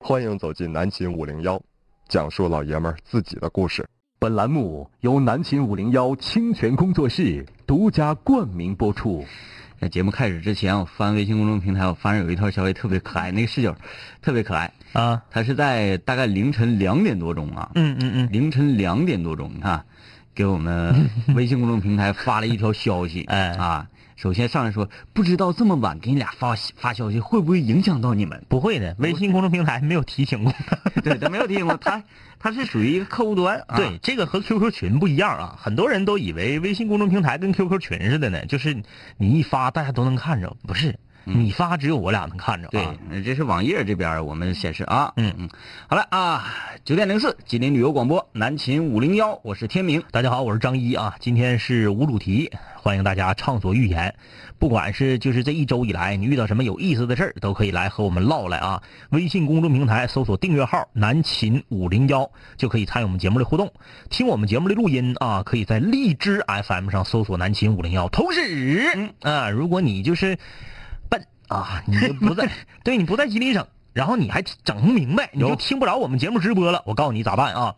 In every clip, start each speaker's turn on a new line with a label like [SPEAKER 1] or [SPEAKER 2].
[SPEAKER 1] 欢迎走进南秦五零幺，讲述老爷们儿自己的故事。
[SPEAKER 2] 本栏目由南秦五零幺清泉工作室独家冠名播出。
[SPEAKER 3] 在节目开始之前，我翻微信公众平台，我发现有一条消息特别可爱，那个视角特别可爱
[SPEAKER 4] 啊！
[SPEAKER 3] 它是在大概凌晨两点多钟啊，
[SPEAKER 4] 嗯嗯嗯，
[SPEAKER 3] 凌晨两点多钟，你看，啊给 我们微信公众平台发了一条消息，
[SPEAKER 4] 哎
[SPEAKER 3] 啊，首先上来说，不知道这么晚给你俩发发消息会不会影响到 你们？
[SPEAKER 4] 不会的，微信公众平台没有提醒过。
[SPEAKER 3] 对，他没有提醒过，他他是属于一个客户端，啊、
[SPEAKER 4] 对，这个和 QQ 群不一样啊，很多人都以为微信公众平台跟 QQ 群似的呢，就是你一发大家都能看着，不是。你发只有我俩能看着
[SPEAKER 3] 对
[SPEAKER 4] 啊！，
[SPEAKER 3] 这是网页这边我们显示啊。
[SPEAKER 4] 嗯
[SPEAKER 3] 嗯，好了啊，九点零四，吉林旅游广播，南秦五零幺，我是天明。
[SPEAKER 4] 大家好，我是张一啊，今天是无主题，欢迎大家畅所欲言。不管是就是这一周以来你遇到什么有意思的事儿，都可以来和我们唠来啊。微信公众平台搜索订阅号“南秦五零幺”就可以参与我们节目的互动。听我们节目的录音啊，可以在荔枝 FM 上搜索“南秦五零幺”。同时，啊，如果你就是笨啊，你就不在，对你不在吉林省，然后你还整不明白，你就听不着我们节目直播了。我告诉你咋办啊？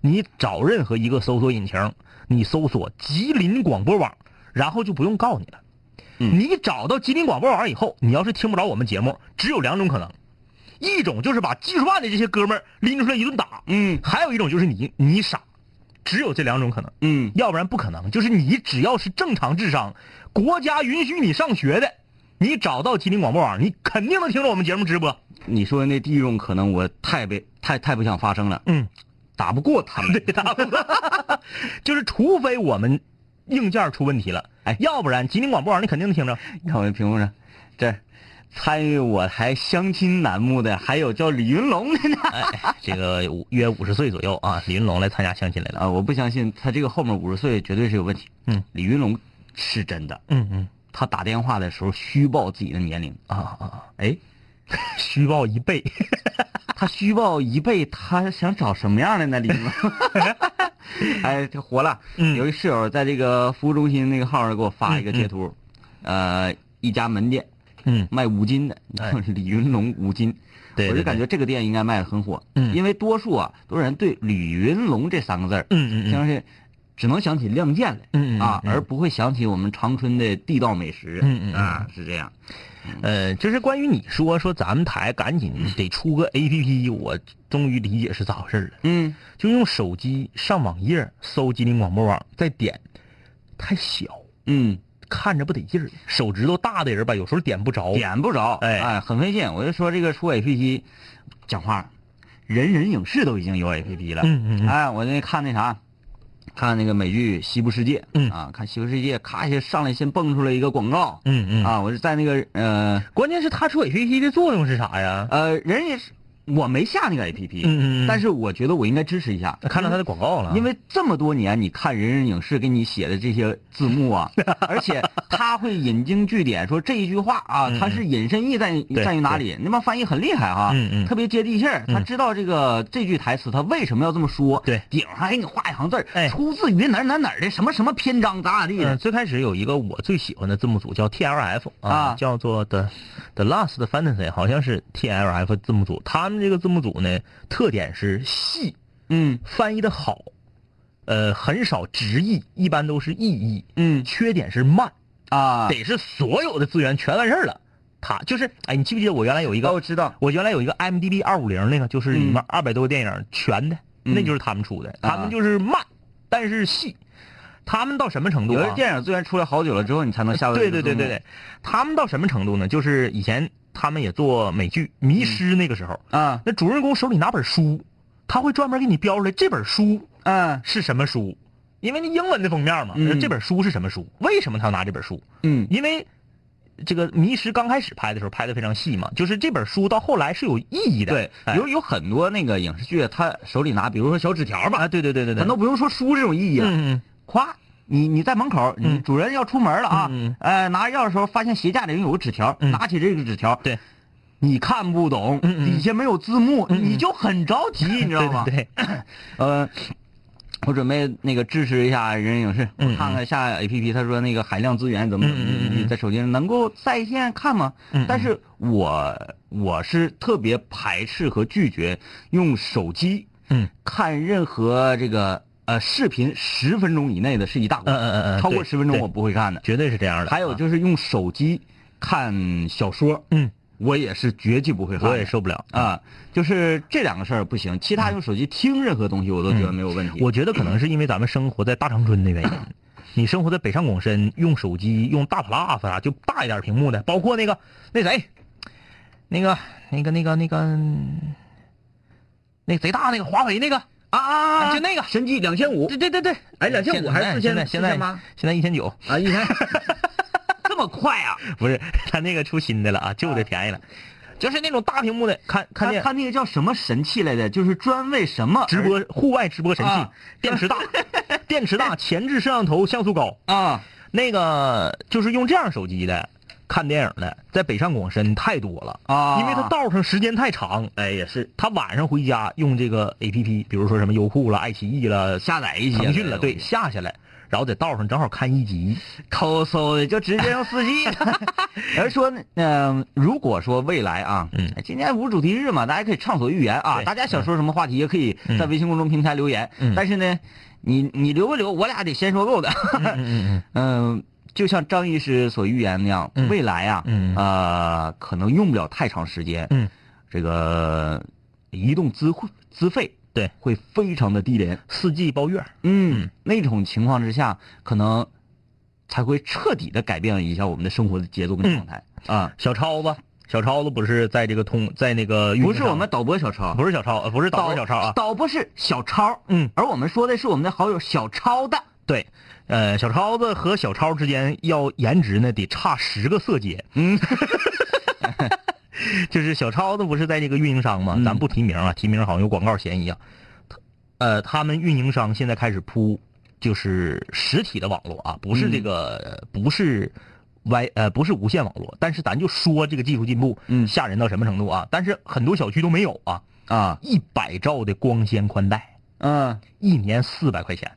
[SPEAKER 4] 你找任何一个搜索引擎，你搜索吉林广播网，然后就不用告你了。你找到吉林广播网以后，你要是听不着我们节目，只有两种可能，一种就是把技术办的这些哥们儿拎出来一顿打，
[SPEAKER 3] 嗯
[SPEAKER 4] 还有一种就是你你傻，只有这两种可能。
[SPEAKER 3] 嗯，
[SPEAKER 4] 要不然不可能。就是你只要是正常智商，国家允许你上学的，你找到吉林广播网，你肯定能听着我们节目直播。
[SPEAKER 3] 你说的那第一种可能我太被太太不想发生了，
[SPEAKER 4] 嗯，
[SPEAKER 3] 打不过他们。
[SPEAKER 4] 对 的，就是除非我们硬件出问题了，
[SPEAKER 3] 哎
[SPEAKER 4] 要不然吉林广播网你肯定能听着。
[SPEAKER 3] 你看我这屏幕上，这儿参与我台相亲栏目的还有叫李云龙的呢。
[SPEAKER 4] 哎， 这个五约五十岁左右啊，李云龙来参加相亲来了。
[SPEAKER 3] 啊，我不相信他这个后面五十岁绝对是有问题。
[SPEAKER 4] 嗯，
[SPEAKER 3] 李云龙是真的，
[SPEAKER 4] 嗯嗯
[SPEAKER 3] 他打电话的时候虚报自己的年龄，
[SPEAKER 4] 啊啊啊，
[SPEAKER 3] 哎，
[SPEAKER 4] 虚报一倍。
[SPEAKER 3] 他虚报一倍，他想找什么样的呢？李 云龙，哎，这火了。
[SPEAKER 4] 嗯
[SPEAKER 3] 有一室友在这个服务中心那个号上给我发一个截图，呃，一家门店
[SPEAKER 4] 嗯
[SPEAKER 3] 卖五金的，
[SPEAKER 4] 哎
[SPEAKER 3] 李云龙五金。
[SPEAKER 4] 对
[SPEAKER 3] 我
[SPEAKER 4] 对
[SPEAKER 3] 就感觉这个店应该卖的很火，
[SPEAKER 4] 嗯
[SPEAKER 3] 因为多数啊，多数人对李云龙这三个字儿，
[SPEAKER 4] 嗯嗯嗯
[SPEAKER 3] 像是只能想起《亮剑》来，
[SPEAKER 4] 嗯嗯
[SPEAKER 3] 啊，
[SPEAKER 4] 嗯
[SPEAKER 3] 而不会想起我们长春的地道美食，
[SPEAKER 4] 嗯嗯嗯
[SPEAKER 3] 啊，是这样，
[SPEAKER 4] 呃，就是关于你说说咱们台赶紧得出个 A P P，我终于理解是咋回事了。
[SPEAKER 3] 嗯，
[SPEAKER 4] 就用手机上网页搜吉林广播网，再点，太小，
[SPEAKER 3] 嗯，
[SPEAKER 4] 看着不得劲儿。手指头大的人吧，有时候点不着。
[SPEAKER 3] 点不着，
[SPEAKER 4] 哎
[SPEAKER 3] 很费劲。我就说这个出 APP，讲话，人人影视都已经有 APP 了，
[SPEAKER 4] 嗯嗯嗯
[SPEAKER 3] 哎，我那看那啥，看那个美剧《西部世界》，
[SPEAKER 4] 嗯
[SPEAKER 3] 啊，看《西部世界》，咔一下上来先蹦出来一个广告，
[SPEAKER 4] 嗯嗯
[SPEAKER 3] 啊，我是在那个呃
[SPEAKER 4] 关键是它出 A P P 的作用是啥呀？
[SPEAKER 3] 呃，人也是，我没下那个 APP，
[SPEAKER 4] 嗯嗯嗯
[SPEAKER 3] 但是我觉得我应该支持一下，
[SPEAKER 4] 看到它的广告了，啊
[SPEAKER 3] 因为这么多年，你看人人影视给你写的这些字幕 啊，而且他会引经据典，说这一句话啊，它是引申义在
[SPEAKER 4] 嗯对
[SPEAKER 3] 在于哪里？那帮翻译很厉害哈、
[SPEAKER 4] 嗯嗯
[SPEAKER 3] 特别接地气儿。他知道这个这句台词他为什么要这么说，
[SPEAKER 4] 对
[SPEAKER 3] 顶上还给你画一行字儿
[SPEAKER 4] 哎
[SPEAKER 3] 出自于哪儿哪儿哪儿的什么什么篇章咋咋地
[SPEAKER 4] 嗯、
[SPEAKER 3] 的。
[SPEAKER 4] 最开始有一个我最喜欢的字幕组叫 T L F 啊，
[SPEAKER 3] 啊
[SPEAKER 4] 叫做 The The Last Fantasy，好像是 T L F 字幕组。他们这个字幕组呢，特点是细，
[SPEAKER 3] 嗯
[SPEAKER 4] 翻译的好，呃，很少直译，一般都是意译。
[SPEAKER 3] 嗯
[SPEAKER 4] 缺点是慢，
[SPEAKER 3] 啊，
[SPEAKER 4] 得是所有的资源全完事儿了。他就是，哎，你记不记得我原来有一个，
[SPEAKER 3] 我知道，
[SPEAKER 4] 我原来有一个 m d b 二五零那个，就是里面二百多个电影全的，
[SPEAKER 3] 嗯啊
[SPEAKER 4] 那就是他们出的。他们就是慢，但是细。他们到什么程度、
[SPEAKER 3] 有
[SPEAKER 4] 啊？
[SPEAKER 3] 的电影资源出来好久了之后，你才能下到
[SPEAKER 4] 对
[SPEAKER 3] 这个
[SPEAKER 4] 对对
[SPEAKER 3] 字幕
[SPEAKER 4] 对对，他们到什么程度呢？就是以前他们也做美剧《迷失》那个时候，
[SPEAKER 3] 啊
[SPEAKER 4] 那主人公手里拿本书，他会专门给你标出来这本书
[SPEAKER 3] 啊
[SPEAKER 4] 是什么书，因为那英文的封面嘛，
[SPEAKER 3] 嗯
[SPEAKER 4] 这本书是什么书？为什么他要拿这本书？
[SPEAKER 3] 嗯
[SPEAKER 4] 因为这个《迷失》刚开始拍的时候拍的非常细嘛，就是这本书到后来是有意义的。
[SPEAKER 3] 对，
[SPEAKER 4] 哎
[SPEAKER 3] 有有很多那个影视剧，他手里拿，比如说小纸条吧，
[SPEAKER 4] 啊，对对对对对，
[SPEAKER 3] 咱都不用说书这种意义了，
[SPEAKER 4] 嗯嗯嗯
[SPEAKER 3] 夸你你在门口，你主人要出门了啊，
[SPEAKER 4] 嗯嗯
[SPEAKER 3] 呃，拿着钥匙的时候发现鞋架里有个纸条，
[SPEAKER 4] 嗯
[SPEAKER 3] 拿起这个纸条，
[SPEAKER 4] 对，
[SPEAKER 3] 你看不懂，
[SPEAKER 4] 嗯嗯
[SPEAKER 3] 底下没有字幕，
[SPEAKER 4] 嗯嗯
[SPEAKER 3] 你就很着急，你知道吗？
[SPEAKER 4] 对对对，
[SPEAKER 3] 呃，我准备那个支持一下人人影视，
[SPEAKER 4] 嗯嗯
[SPEAKER 3] 我看看下 A P P，他说那个海量资源怎么怎么
[SPEAKER 4] 嗯嗯嗯嗯
[SPEAKER 3] 在手机上能够在线看吗？
[SPEAKER 4] 嗯嗯
[SPEAKER 3] 但是我我是特别排斥和拒绝用手机
[SPEAKER 4] 嗯
[SPEAKER 3] 看任何这个呃视频，十分钟以内的是一大
[SPEAKER 4] 嗯
[SPEAKER 3] 锅，
[SPEAKER 4] 嗯嗯嗯，
[SPEAKER 3] 超过
[SPEAKER 4] 对
[SPEAKER 3] 十分钟
[SPEAKER 4] 对
[SPEAKER 3] 我不会看的。
[SPEAKER 4] 绝对是这样的。
[SPEAKER 3] 还有
[SPEAKER 4] 啊
[SPEAKER 3] 就是用手机看小说，
[SPEAKER 4] 嗯，
[SPEAKER 3] 我也是绝技不会看的，
[SPEAKER 4] 我也受不了。
[SPEAKER 3] 啊，就是这两个事儿不行，其他用手机听任何东西我都觉得没有问题。
[SPEAKER 4] 我觉得可能是因为咱们生活在大长春的原因， 你生活在北上广深，用手机用大 plus 啊，就大一点屏幕的，包括那个那谁，那个那个那个那个那贼大那个华为那个
[SPEAKER 3] 啊啊啊！
[SPEAKER 4] 就那个
[SPEAKER 3] 神机两千五
[SPEAKER 4] 对对对对，
[SPEAKER 3] 哎2500还是
[SPEAKER 4] 现
[SPEAKER 3] 4000
[SPEAKER 4] 在现在
[SPEAKER 3] 4000吗
[SPEAKER 4] 现在一千九，
[SPEAKER 3] 啊，一 千，这么快啊！
[SPEAKER 4] 不是他那个出新的了啊，旧的便宜了，就是那种大屏幕的，看看
[SPEAKER 3] 看
[SPEAKER 4] 见
[SPEAKER 3] 看那个叫什么神器来的，就是专为什么而
[SPEAKER 4] 直播户外直播神器，
[SPEAKER 3] 啊
[SPEAKER 4] 电池大，电池大，前置摄像头，像素高，
[SPEAKER 3] 啊
[SPEAKER 4] 那个就是用这样手机的看电影的，在北上广深太多了，
[SPEAKER 3] 啊，
[SPEAKER 4] 因为它道上时间太长。
[SPEAKER 3] 哎也是
[SPEAKER 4] 他晚上回家用这个 A P P，比如说什么优酷了、爱奇艺了、
[SPEAKER 3] 下载一些
[SPEAKER 4] 腾讯了，
[SPEAKER 3] 东西
[SPEAKER 4] 对，下下来，然后在道上正好看一集。
[SPEAKER 3] 抠搜的，就直接用四 G。而说呢，嗯、如果说未来啊，
[SPEAKER 4] 嗯
[SPEAKER 3] 今天无主题日嘛，大家可以畅所欲言啊，
[SPEAKER 4] 对
[SPEAKER 3] 大家想说什么话题也可以在微信公众平台留言。
[SPEAKER 4] 嗯
[SPEAKER 3] 但是呢，你你留不留，我俩得先说够的。
[SPEAKER 4] 嗯
[SPEAKER 3] 嗯，就像张医师所预言那样，
[SPEAKER 4] 嗯
[SPEAKER 3] 未来啊，
[SPEAKER 4] 嗯
[SPEAKER 3] 呃，可能用不了太长时间，
[SPEAKER 4] 嗯，
[SPEAKER 3] 这个移动资会资费
[SPEAKER 4] 对
[SPEAKER 3] 会非常的低廉，
[SPEAKER 4] 四 G 包月，
[SPEAKER 3] 嗯，那种情况之下，可能才会彻底的改变一下我们的生活的节
[SPEAKER 4] 嗯
[SPEAKER 3] 奏跟状态啊。
[SPEAKER 4] 小超子，小超子不是在这个通，在那个
[SPEAKER 3] 不是我们导播小超，
[SPEAKER 4] 不是小超，呃不是导播小超啊，
[SPEAKER 3] 导播是小超，
[SPEAKER 4] 嗯，
[SPEAKER 3] 而我们说的是我们的好友小超的，
[SPEAKER 4] 对，呃，小超子和小超之间要颜值呢，得差十个色阶。
[SPEAKER 3] 嗯，
[SPEAKER 4] 就是小超子不是在这个运营商吗？
[SPEAKER 3] 嗯
[SPEAKER 4] 咱不提名啊，提名好像有广告嫌疑啊。他呃，他们运营商现在开始铺就是实体的网络啊，不是这个、
[SPEAKER 3] 嗯
[SPEAKER 4] 不是 Y 呃不是无线网络，但是咱就说这个技术进步，
[SPEAKER 3] 嗯
[SPEAKER 4] 吓人到什么程度啊？但是很多小区都没有啊，
[SPEAKER 3] 啊，
[SPEAKER 4] 一百兆的光纤宽带，
[SPEAKER 3] 嗯。
[SPEAKER 4] 一年四百块钱。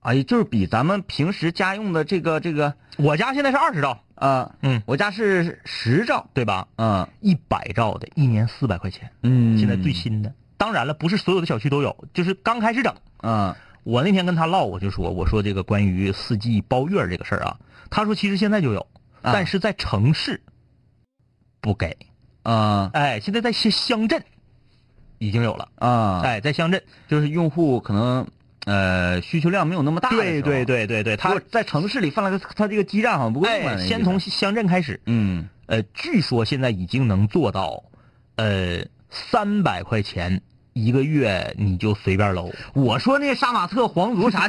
[SPEAKER 3] 哎，就是比咱们平时家用的这个这个，
[SPEAKER 4] 我家现在是二十兆，
[SPEAKER 3] 啊，
[SPEAKER 4] 嗯，
[SPEAKER 3] 我家是十兆，
[SPEAKER 4] 对吧？
[SPEAKER 3] 嗯
[SPEAKER 4] 一百兆的，一年四百块钱，
[SPEAKER 3] 嗯
[SPEAKER 4] 现在最新的。当然了，不是所有的小区都有，就是刚开始整。
[SPEAKER 3] 嗯
[SPEAKER 4] 我那天跟他唠，我就说，我说这个关于四 G 包月这个事儿啊，他说其实现在就有，
[SPEAKER 3] 啊
[SPEAKER 4] 但是在城市不给，
[SPEAKER 3] 嗯
[SPEAKER 4] 哎，现在在些乡镇已经有了，
[SPEAKER 3] 嗯，
[SPEAKER 4] 哎，在乡镇，
[SPEAKER 3] 就是用户可能呃需求量没有那么大的
[SPEAKER 4] 对
[SPEAKER 3] 时候
[SPEAKER 4] 对，对对对，
[SPEAKER 3] 他
[SPEAKER 4] 他
[SPEAKER 3] 在城市里放了个他这个基站好像不够用啊那
[SPEAKER 4] 哎，
[SPEAKER 3] 个
[SPEAKER 4] 先从乡镇开始，
[SPEAKER 3] 嗯
[SPEAKER 4] 呃，据说现在已经能做到，呃，三百块钱一个月你就随便搂，
[SPEAKER 3] 我说那杀马特皇族 啥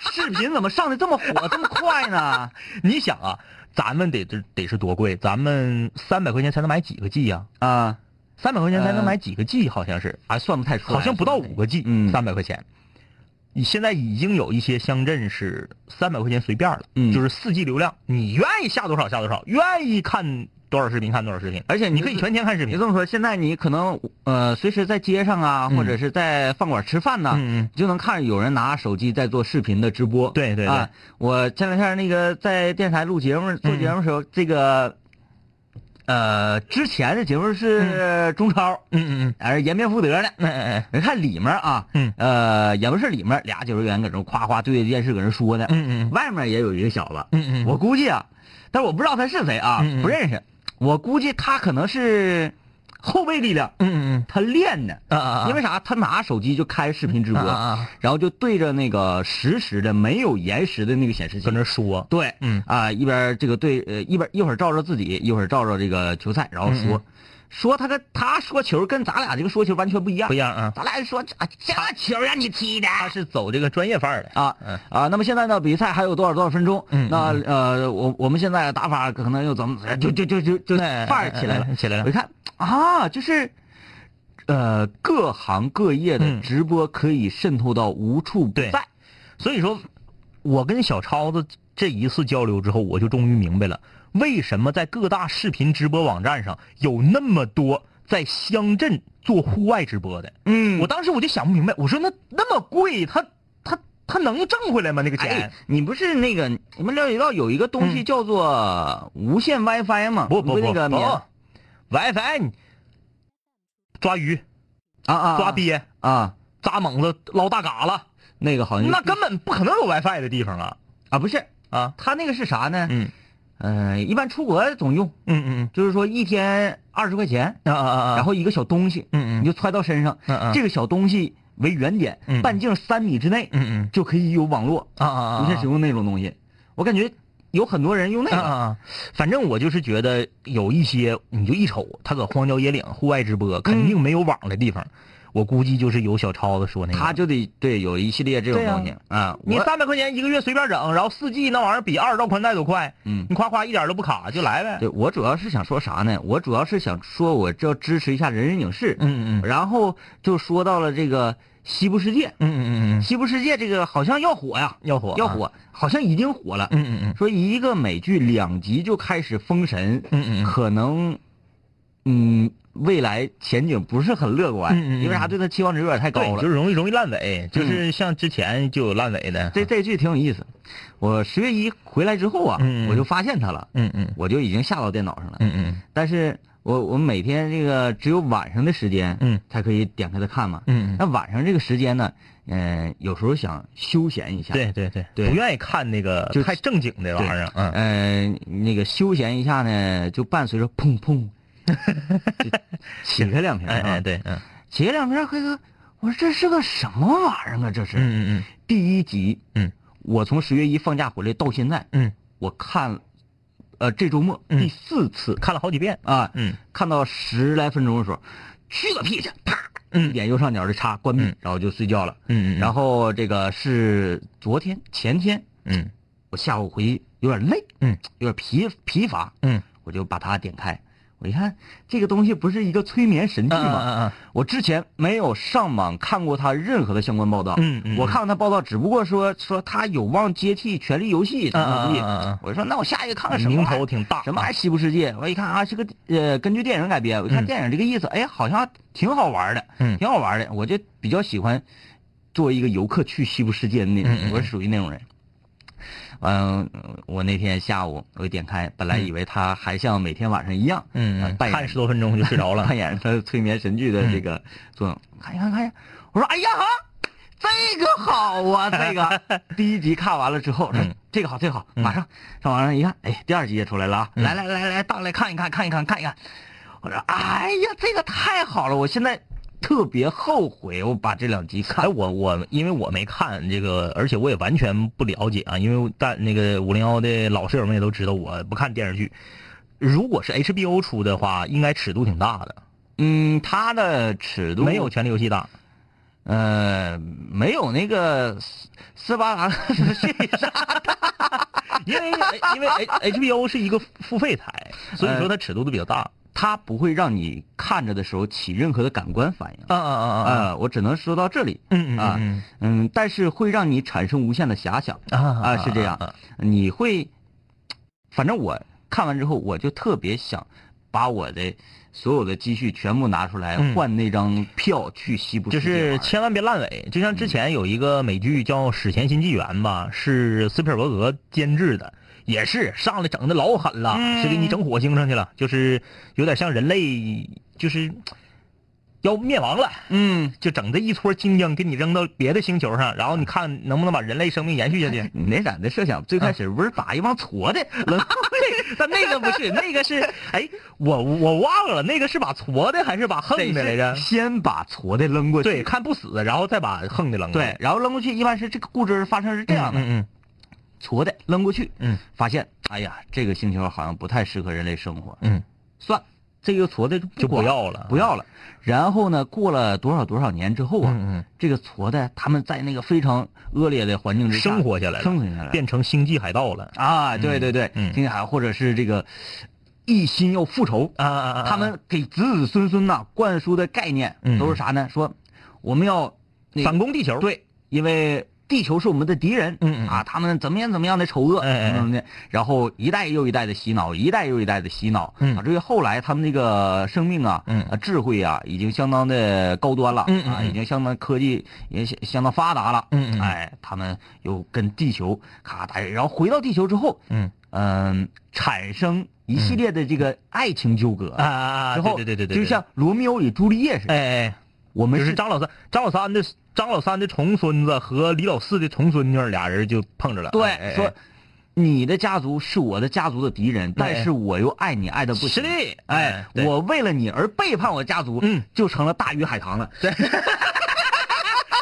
[SPEAKER 3] 视频怎么上的这么火这么快呢？
[SPEAKER 4] 你想啊，咱们得得得是多贵？咱们三百块钱才能买几个 G 呀、
[SPEAKER 3] 啊，
[SPEAKER 4] 三百块钱才能
[SPEAKER 3] 呃
[SPEAKER 4] 买几个 G？好像是，啊
[SPEAKER 3] 还算不太出来，
[SPEAKER 4] 嗯好像不到五个 G，
[SPEAKER 3] 嗯
[SPEAKER 4] 三百块钱。你现在已经有一些乡镇是三百块钱随便了，
[SPEAKER 3] 嗯
[SPEAKER 4] 就是四 G 流量，你愿意下多少下多少，愿意看多少视频看多少视频，哎
[SPEAKER 3] 而且你
[SPEAKER 4] 你可以
[SPEAKER 3] 就
[SPEAKER 4] 全天看视
[SPEAKER 3] 你
[SPEAKER 4] 频。
[SPEAKER 3] 这么说，现在你可能呃，随时在街上啊，
[SPEAKER 4] 嗯
[SPEAKER 3] 或者是在饭馆吃饭呐，
[SPEAKER 4] 嗯嗯
[SPEAKER 3] 你就能看有人拿手机在做视频的直播。
[SPEAKER 4] 对嗯对对
[SPEAKER 3] 啊，我前两天那个在电视台录节目做节目的时候，这个呃之前的节目是中超，
[SPEAKER 4] 嗯嗯
[SPEAKER 3] 还哎是颜面福德呢。
[SPEAKER 4] 嗯嗯
[SPEAKER 3] 你看里面啊，
[SPEAKER 4] 嗯
[SPEAKER 3] 呃，演播室里面俩解说员搁这夸夸对着电视搁这说呢，
[SPEAKER 4] 嗯嗯
[SPEAKER 3] 外面也有一个小子，
[SPEAKER 4] 嗯嗯，
[SPEAKER 3] 我估计啊，但我不知道他是谁啊，
[SPEAKER 4] 嗯嗯
[SPEAKER 3] 不认识。我估计他可能是后备力量，
[SPEAKER 4] 嗯嗯
[SPEAKER 3] 他练的。
[SPEAKER 4] 嗯啊啊啊，
[SPEAKER 3] 因为啥？他拿手机就开视频直播，
[SPEAKER 4] 啊啊啊
[SPEAKER 3] 然后就对着那个实时的、没有延时的那个显示器，
[SPEAKER 4] 跟那说，
[SPEAKER 3] 对，
[SPEAKER 4] 嗯
[SPEAKER 3] 啊，一边这个对，呃，一边一会儿照着自己，一会儿照着这个球赛，然后说，
[SPEAKER 4] 嗯
[SPEAKER 3] 说他跟他说球跟咱俩这个说球完全不一样
[SPEAKER 4] 不一，样啊，
[SPEAKER 3] 咱俩说这这球让你踢的，
[SPEAKER 4] 他是走这个专业范儿的
[SPEAKER 3] 啊
[SPEAKER 4] 啊嗯
[SPEAKER 3] 啊，那么现在呢，比赛还有多少多少分钟？
[SPEAKER 4] 嗯
[SPEAKER 3] 那呃，我我们现在打法可能又怎么怎么样就就就就就
[SPEAKER 4] 哎
[SPEAKER 3] 范儿起来了
[SPEAKER 4] 哎哎。起来了
[SPEAKER 3] 我一看啊，就是呃，各行各业的
[SPEAKER 4] 嗯
[SPEAKER 3] 直播可以渗透到无处不
[SPEAKER 4] 对
[SPEAKER 3] 在。
[SPEAKER 4] 所以说，我跟小超子这一次交流之后，我就终于明白了，为什么在各大视频直播网站上有那么多在乡镇做户外直播的。
[SPEAKER 3] 嗯
[SPEAKER 4] 我当时我就想不明白，我说那那么贵，他他能挣回来吗？那个钱
[SPEAKER 3] 哎，，你不是那个你们了解到有一个东西叫做无线 WiFi 吗？
[SPEAKER 4] 嗯不不
[SPEAKER 3] 你
[SPEAKER 4] 不
[SPEAKER 3] 那
[SPEAKER 4] 哦
[SPEAKER 3] 个免
[SPEAKER 4] 不，WiFi，你抓鱼、
[SPEAKER 3] 啊啊
[SPEAKER 4] 抓鳖、
[SPEAKER 3] 啊，
[SPEAKER 4] 扎猛子、捞大嘎了，
[SPEAKER 3] 那个好像
[SPEAKER 4] 那根本不可能有 WiFi 的地方啊
[SPEAKER 3] 啊不是，
[SPEAKER 4] 啊！
[SPEAKER 3] 他那个是啥呢？
[SPEAKER 4] 嗯
[SPEAKER 3] 呃，一般出国总用，
[SPEAKER 4] 嗯嗯
[SPEAKER 3] 就是说一天二十块钱，
[SPEAKER 4] 嗯啊啊啊！
[SPEAKER 3] 然后一个小东西，
[SPEAKER 4] 嗯嗯
[SPEAKER 3] 你就揣到身上，
[SPEAKER 4] 嗯嗯
[SPEAKER 3] 这个小东西为原点，
[SPEAKER 4] 嗯
[SPEAKER 3] 半径三米之内，
[SPEAKER 4] 嗯嗯
[SPEAKER 3] 就可以有网络，
[SPEAKER 4] 啊啊啊！
[SPEAKER 3] 无线使用那种东西。我感觉有很多人用那
[SPEAKER 4] 啊
[SPEAKER 3] 个，
[SPEAKER 4] 啊！反正我就是觉得有一些，你就一瞅他搁荒郊野岭户外直播，肯定没有网的地方，我估计就是有小超子说那个。
[SPEAKER 3] 他就得对有一系列这种东西啊。
[SPEAKER 4] 你
[SPEAKER 3] 我
[SPEAKER 4] 三百块钱一个月随便整，然后四 G 那玩意儿比二十兆宽带都快，
[SPEAKER 3] 嗯
[SPEAKER 4] 你夸夸一点都不卡就来呗。
[SPEAKER 3] 对我主要是想说啥呢？我主要是想说，我这要支持一下人人影视。
[SPEAKER 4] 嗯嗯嗯
[SPEAKER 3] 然后就说到了这个西部世界，
[SPEAKER 4] 嗯嗯嗯，
[SPEAKER 3] 西部世界这个好像要火呀，
[SPEAKER 4] 要火
[SPEAKER 3] 要
[SPEAKER 4] 啊。
[SPEAKER 3] 火，好像已经火了。
[SPEAKER 4] 嗯嗯嗯
[SPEAKER 3] 说一个美剧两集就开始封神，
[SPEAKER 4] 嗯嗯嗯
[SPEAKER 3] 可能，嗯，未来前景不是很乐观，
[SPEAKER 4] 嗯嗯嗯
[SPEAKER 3] 因为啥？对他期望值有点太高
[SPEAKER 4] 对，
[SPEAKER 3] 了。
[SPEAKER 4] 就是容易容易烂尾，就是像之前就有烂尾的。
[SPEAKER 3] 这这剧挺有意思。我十月一回来之后啊，
[SPEAKER 4] 嗯嗯
[SPEAKER 3] 我就发现它了，
[SPEAKER 4] 嗯嗯
[SPEAKER 3] 我就已经下到电脑上了。
[SPEAKER 4] 嗯嗯
[SPEAKER 3] 但是我我每天这个只有晚上的时间，
[SPEAKER 4] 嗯，
[SPEAKER 3] 才可以点开它看嘛。
[SPEAKER 4] 嗯嗯，
[SPEAKER 3] 那晚上这个时间呢，嗯、有时候想休闲一下，，
[SPEAKER 4] 对对对，
[SPEAKER 3] 对
[SPEAKER 4] 不愿意看那个
[SPEAKER 3] 就
[SPEAKER 4] 太正经的玩意儿。嗯，
[SPEAKER 3] 呃，那个休闲一下呢，就伴随着砰 砰，就起开两瓶啊，
[SPEAKER 4] 哎哎对，嗯
[SPEAKER 3] 起开两瓶，辉哥，我说这是个什么玩意儿啊？这是、
[SPEAKER 4] 嗯嗯
[SPEAKER 3] 第一集，
[SPEAKER 4] 嗯，
[SPEAKER 3] 我从十月一放假回来到现在，
[SPEAKER 4] 嗯
[SPEAKER 3] 我看，呃，这周末
[SPEAKER 4] 嗯
[SPEAKER 3] 第四次、
[SPEAKER 4] 嗯，看了好几遍。
[SPEAKER 3] 啊，
[SPEAKER 4] 嗯
[SPEAKER 3] 看到十来分钟的时候，去个屁去，啪，
[SPEAKER 4] 嗯
[SPEAKER 3] 一点右上角的叉关闭，
[SPEAKER 4] 嗯
[SPEAKER 3] 然后就睡觉了。
[SPEAKER 4] 嗯嗯，
[SPEAKER 3] 然
[SPEAKER 4] 后
[SPEAKER 3] 后这个是昨天前天，
[SPEAKER 4] 嗯
[SPEAKER 3] 我下午回有点累，
[SPEAKER 4] 嗯，
[SPEAKER 3] 有点疲疲乏，
[SPEAKER 4] 嗯，
[SPEAKER 3] 我就把它点开。我一看，这个东西不是一个催眠神剧
[SPEAKER 4] 嗯
[SPEAKER 3] 吗？
[SPEAKER 4] 嗯
[SPEAKER 3] 我之前没有上网看过它任何的相关报道。
[SPEAKER 4] 嗯嗯
[SPEAKER 3] 我看过它报道，只不过说说它有望接替《权力游戏》怎么怎么地。
[SPEAKER 4] 嗯嗯嗯嗯嗯
[SPEAKER 3] 我说那我下一个看看
[SPEAKER 4] 嗯，
[SPEAKER 3] 什么
[SPEAKER 4] 名
[SPEAKER 3] 玩意儿啊
[SPEAKER 4] 头挺大。
[SPEAKER 3] 什么《爱西部世界》？我一看啊，是个呃根据电影改编。我一看
[SPEAKER 4] 嗯
[SPEAKER 3] 电影这个意思，哎，好像挺好玩的，
[SPEAKER 4] 嗯
[SPEAKER 3] 挺好玩的。我就比较喜欢作为一个游客去西部世界的那种，
[SPEAKER 4] 嗯嗯嗯
[SPEAKER 3] 我是属于那种人。嗯，我那天下午我一点开，本来以为他还像每天晚上一样，
[SPEAKER 4] 嗯，
[SPEAKER 3] 呃
[SPEAKER 4] 嗯
[SPEAKER 3] 扮演
[SPEAKER 4] 看十多分钟就睡着了。 嗯
[SPEAKER 3] 扮 演他催眠神剧的这个作用。看一看，看一看，我说哎呀哈，这个好啊，这 个第一集看完了之后，说
[SPEAKER 4] 嗯
[SPEAKER 3] 这个好，这个好，
[SPEAKER 4] 嗯
[SPEAKER 3] 马上上网上一看，哎，第二集也出来了啊，
[SPEAKER 4] 嗯
[SPEAKER 3] 来来来来，大来看一看，看一看，看一看。我说哎呀，这个太好了，我现在特别后悔，我把这两集看
[SPEAKER 4] 哎，。我我因为我没看这个，而且我也完全不了解啊，因为但那个五零幺的老舍友们也都知道，我不看电视剧。如果是 HBO 出的话，应该尺度挺大的，
[SPEAKER 3] 嗯，它的尺度
[SPEAKER 4] 没有《权力游戏》 大。
[SPEAKER 3] 呃没有那个斯斯巴达
[SPEAKER 4] 因为哎因为 H B O 是一个付费台，所以说它尺度都比较大。
[SPEAKER 3] 它不会让你看着的时候起任何的感官反应。
[SPEAKER 4] 啊啊啊啊！
[SPEAKER 3] 啊，我只能说到这里。
[SPEAKER 4] 嗯
[SPEAKER 3] 啊
[SPEAKER 4] 嗯
[SPEAKER 3] 嗯，但是会让你产生无限的遐想，
[SPEAKER 4] 嗯啊
[SPEAKER 3] 啊是这样你会，反正我看完之后，我就特别想把我的所有的积蓄全部拿出来
[SPEAKER 4] 嗯
[SPEAKER 3] 换那张票去西部
[SPEAKER 4] 就
[SPEAKER 3] 世界
[SPEAKER 4] 是
[SPEAKER 3] 玩儿。
[SPEAKER 4] 千万别烂尾，就像之前有一个美剧叫《史前新纪元》吧，是斯皮尔伯格监制的，也是上来整的老狠了，
[SPEAKER 3] 嗯
[SPEAKER 4] 是给你整火星上去了，就是有点像人类就是要灭亡了，
[SPEAKER 3] 嗯，
[SPEAKER 4] 就整这一撮金将给你扔到别的星球上，然后你看能不能把人类生命延续 下去。
[SPEAKER 3] 你那咋的设
[SPEAKER 4] 啊
[SPEAKER 3] 想最开始不是把一帮矬的扔，
[SPEAKER 4] 但 那个不是，那个是哎，我我忘了，那个是把矬的还是把横的来着
[SPEAKER 3] 得是？先把矬的扔过去。
[SPEAKER 4] 对，看不死，然后再把横的扔了。
[SPEAKER 3] 对，然后扔过去，一般是这个故事发生是这样的：
[SPEAKER 4] 嗯
[SPEAKER 3] 矬的扔过去，
[SPEAKER 4] 嗯
[SPEAKER 3] 发现哎呀，这个星球好像不太适合人类生活，
[SPEAKER 4] 嗯
[SPEAKER 3] 算了这个矬的就
[SPEAKER 4] 嗯，就不
[SPEAKER 3] 管
[SPEAKER 4] 要了，
[SPEAKER 3] 不要了。然后呢，过了多少多少年之后啊，
[SPEAKER 4] 嗯
[SPEAKER 3] 这个矬的他们在那个非常恶劣的环境
[SPEAKER 4] 嗯，
[SPEAKER 3] 之下
[SPEAKER 4] 生活下来了，
[SPEAKER 3] 生存下来了
[SPEAKER 4] 嗯变成星际海盗了。
[SPEAKER 3] 啊，对对对，
[SPEAKER 4] 嗯
[SPEAKER 3] 听海或者是这个一心要复仇，
[SPEAKER 4] 啊啊啊！
[SPEAKER 3] 他们给子子孙孙呐、灌输的概念
[SPEAKER 4] 嗯
[SPEAKER 3] 都是啥呢？说我们要那个
[SPEAKER 4] 反攻地球。
[SPEAKER 3] 对，因为地球是我们的敌人，
[SPEAKER 4] 嗯嗯
[SPEAKER 3] 啊，他们怎么样怎么样的丑恶，
[SPEAKER 4] 哎哎哎
[SPEAKER 3] 怎么怎么的，然后一代又一代的洗脑，一代又一代的洗脑，
[SPEAKER 4] 嗯
[SPEAKER 3] 啊，至于后来他们这个生命啊，
[SPEAKER 4] 嗯
[SPEAKER 3] 啊智慧啊，已经相当的高端了，
[SPEAKER 4] 嗯嗯
[SPEAKER 3] 啊，
[SPEAKER 4] 嗯
[SPEAKER 3] 已经相当科技也相相当发达了，
[SPEAKER 4] 嗯嗯嗯
[SPEAKER 3] 哎，他们又跟地球咔打，然后回到地球之后，
[SPEAKER 4] 嗯
[SPEAKER 3] 嗯，产生一系列的这个爱情纠葛
[SPEAKER 4] 啊啊啊！
[SPEAKER 3] 之
[SPEAKER 4] 对
[SPEAKER 3] 后
[SPEAKER 4] 对对对对，
[SPEAKER 3] 就
[SPEAKER 4] 对
[SPEAKER 3] 像罗密欧与朱丽叶似的，
[SPEAKER 4] 哎哎，
[SPEAKER 3] 我们
[SPEAKER 4] 就是张老三张老三的张老三的重孙子和李老四的重孙女儿俩人就碰着了，
[SPEAKER 3] 对、
[SPEAKER 4] 哎哎哎
[SPEAKER 3] 说。你的家族是我的家族的敌人，但
[SPEAKER 4] 哎
[SPEAKER 3] 是我又爱你爱的不
[SPEAKER 4] 是
[SPEAKER 3] 行。
[SPEAKER 4] 的，
[SPEAKER 3] 哎，
[SPEAKER 4] 对
[SPEAKER 3] 我为了你而背叛我家族，
[SPEAKER 4] 嗯，
[SPEAKER 3] 就成了大鱼海 棠了。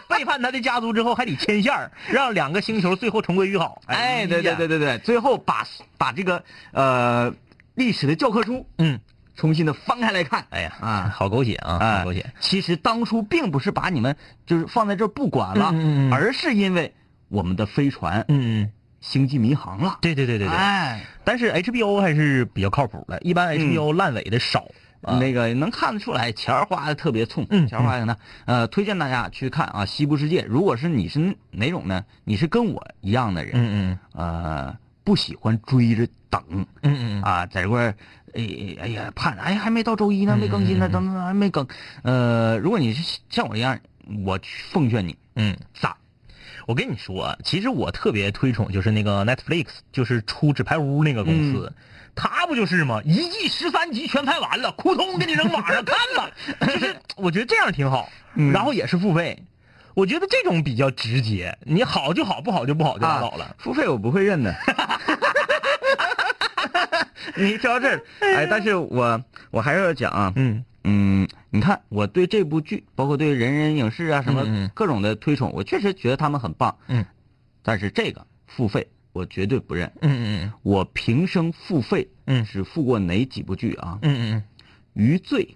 [SPEAKER 4] 背叛他的家族之后还得牵线儿，让两个星球最后重归于好。
[SPEAKER 3] 哎，对
[SPEAKER 4] 呀
[SPEAKER 3] 对对，对对，最后把把这个呃历史的教科书
[SPEAKER 4] 嗯，
[SPEAKER 3] 重新的翻开来看。
[SPEAKER 4] 哎呀
[SPEAKER 3] 啊
[SPEAKER 4] 好狗血啊，
[SPEAKER 3] 哎
[SPEAKER 4] 好狗血。
[SPEAKER 3] 其实当初并不是把你们就是放在这儿不管了，
[SPEAKER 4] 嗯嗯嗯
[SPEAKER 3] 而是因为我们的飞船
[SPEAKER 4] 嗯，嗯
[SPEAKER 3] 星际迷航了。
[SPEAKER 4] 对对对对对。
[SPEAKER 3] 哎，
[SPEAKER 4] 但是 HBO 还是比较靠谱的，一般 HBO 烂尾的少。啊
[SPEAKER 3] 那个能看得出来，钱儿花的特别冲，
[SPEAKER 4] 嗯
[SPEAKER 3] 钱儿花的呢，呃，推荐大家去看啊，《西部世界》。如果是你是哪种呢？你是跟我一样的人，
[SPEAKER 4] 嗯
[SPEAKER 3] 呃，不喜欢追着等
[SPEAKER 4] 嗯嗯嗯
[SPEAKER 3] 啊，在这块儿，哎哎呀盼，哎还没到周一呢，没更新呢，等等还没更，呃，如果你是像我一样，我奉劝你
[SPEAKER 4] 嗯，
[SPEAKER 3] 咋？
[SPEAKER 4] 我跟你说啊，其实我特别推崇就是那个 Netflix，就是出《纸牌屋》那个公司，
[SPEAKER 3] 嗯
[SPEAKER 4] 他不就是吗？一季十三集全拍完了，扑通给你扔网上看 吧。就是我觉得这样挺好，
[SPEAKER 3] 嗯
[SPEAKER 4] 然后也是付费，我觉得这种比较直接，你好就好，不好就不好就拉倒了。
[SPEAKER 3] 啊付费我不会认的。 你说到这儿，哎，但是我我还是要讲啊，
[SPEAKER 4] 嗯
[SPEAKER 3] 嗯，你看我对这部剧，包括对人人影视啊什
[SPEAKER 4] 嗯
[SPEAKER 3] 么
[SPEAKER 4] 嗯
[SPEAKER 3] 各种的推崇，我确实觉得他们很棒。
[SPEAKER 4] 嗯，
[SPEAKER 3] 但是这个付费我绝对不认。
[SPEAKER 4] 嗯嗯
[SPEAKER 3] 我平生付费，
[SPEAKER 4] 嗯
[SPEAKER 3] 只付过哪几部剧啊？
[SPEAKER 4] 嗯嗯，
[SPEAKER 3] 余罪，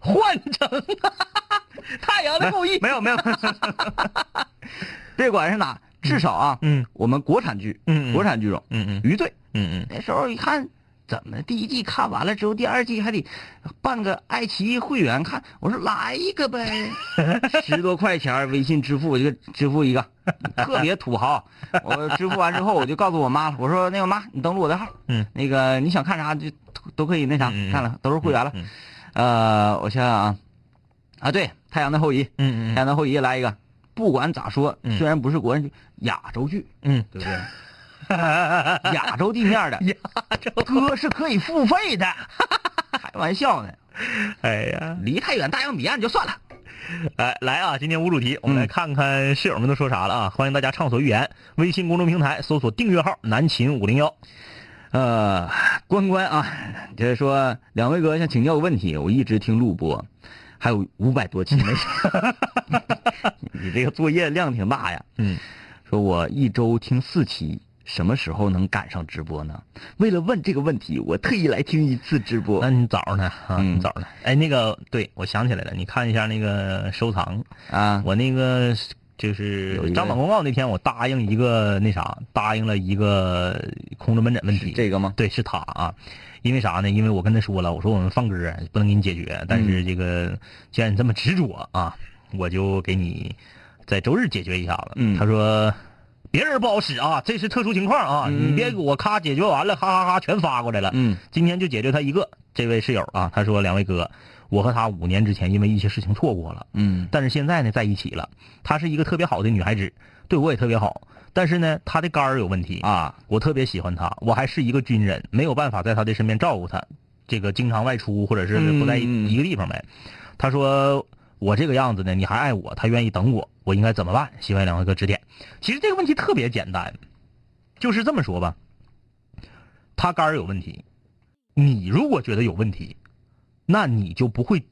[SPEAKER 4] 换成太阳的后裔，
[SPEAKER 3] 没有 没有， 别管是哪，至少啊，
[SPEAKER 4] 嗯
[SPEAKER 3] 我们国产剧，
[SPEAKER 4] 嗯嗯
[SPEAKER 3] 国产剧种，
[SPEAKER 4] 嗯嗯
[SPEAKER 3] 余罪，
[SPEAKER 4] 嗯嗯
[SPEAKER 3] 那时候一看，怎么第一季看完了之后，第二季还得办个爱奇艺会员看？我说来一个 呗，十多块钱儿微信支付，我就支付一个，特别土豪。我支付完之后，我就告诉我妈了，我说那个妈，你登录我的号，
[SPEAKER 4] 嗯，
[SPEAKER 3] 那个你想看啥就都都可以那啥
[SPEAKER 4] 嗯嗯
[SPEAKER 3] 看了，都是会员了
[SPEAKER 4] 嗯。
[SPEAKER 3] 呃，我想想啊，啊对，《太阳的后裔》，《
[SPEAKER 4] 嗯
[SPEAKER 3] 太阳的后裔》来一个，不管咋说，
[SPEAKER 4] 嗯
[SPEAKER 3] 虽然不是国产剧，亚洲剧，
[SPEAKER 4] 嗯
[SPEAKER 3] 对不对？ 亚洲地面的，歌是可以付费 的，开玩笑呢。
[SPEAKER 4] 嗯，哎呀。
[SPEAKER 3] 离太远大洋彼岸就算了。
[SPEAKER 4] 哎，来啊！今天无主题，我们
[SPEAKER 3] 嗯
[SPEAKER 4] 来看看室友们都说啥了啊！欢迎大家畅所欲言，微信公众平台搜索订阅号“南秦五零幺
[SPEAKER 3] 呃，关关啊，就是说两位哥想请教个问题，我一直听录播，还有五百多期没 事。你这个作业量挺大呀。”。
[SPEAKER 4] 嗯，
[SPEAKER 3] 说我一周听四期，什么时候能赶上直播呢？为了问这个问题，我特意来听一次直播
[SPEAKER 4] 那。你早呢啊？
[SPEAKER 3] 嗯
[SPEAKER 4] 你早呢？哎，那个，对我想起来了，你看一下那个收藏，
[SPEAKER 3] 啊，
[SPEAKER 4] 我那个就
[SPEAKER 3] 有一
[SPEAKER 4] 是
[SPEAKER 3] 个
[SPEAKER 4] 张榜公告那天，我答应一个那啥，答应了一个空中门诊问题，
[SPEAKER 3] 这个吗？
[SPEAKER 4] 对，是他啊。因为啥呢？因为我跟他说了，我说我们放歌啊不能给你解决，但
[SPEAKER 3] 嗯
[SPEAKER 4] 是这个既然你这么执着啊，我就给你在周日解决一下子。
[SPEAKER 3] 嗯
[SPEAKER 4] 他说别人不好使啊，这是特殊情况啊，
[SPEAKER 3] 嗯
[SPEAKER 4] 你别给我咔解决完了，哈哈哈全发过来了。
[SPEAKER 3] 嗯
[SPEAKER 4] 今天就解决他一个，这位室友啊，他说两位哥，我和他五年之前因为一些事情错过了，
[SPEAKER 3] 嗯
[SPEAKER 4] 但是现在呢在一起了。她是一个特别好的女孩子，对我也特别好，但是呢她的肝儿有问题
[SPEAKER 3] 啊，
[SPEAKER 4] 我特别喜欢她，我还是一个军人，没有办法在她的身边照顾她，这个经常外出或者是不在
[SPEAKER 3] 嗯嗯
[SPEAKER 4] 一个地方呗。她说我这个样子呢，你还爱我，她愿意等我，我应该怎么办？希望两位哥指点。其实这个问题特别简单，就是这么说吧，她肝儿有问题，你如果觉得有问题，那你就不会。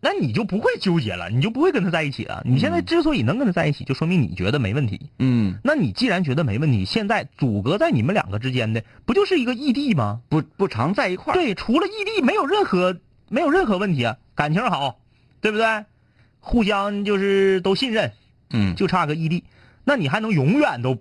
[SPEAKER 4] 那你就不会纠结了，你就不会跟他在一起了。你现在之所以能跟他在一起，就说明你觉得没问题。
[SPEAKER 3] 嗯，
[SPEAKER 4] 那你既然觉得没问题，现在阻隔在你们两个之间的不就是一个异地吗？
[SPEAKER 3] 不不常在一块儿。
[SPEAKER 4] 对，除了异地，没有任何没有任何问题啊，感情好，对不对？互相就是都信任，
[SPEAKER 3] 嗯，
[SPEAKER 4] 就差个异地，那你还能永远都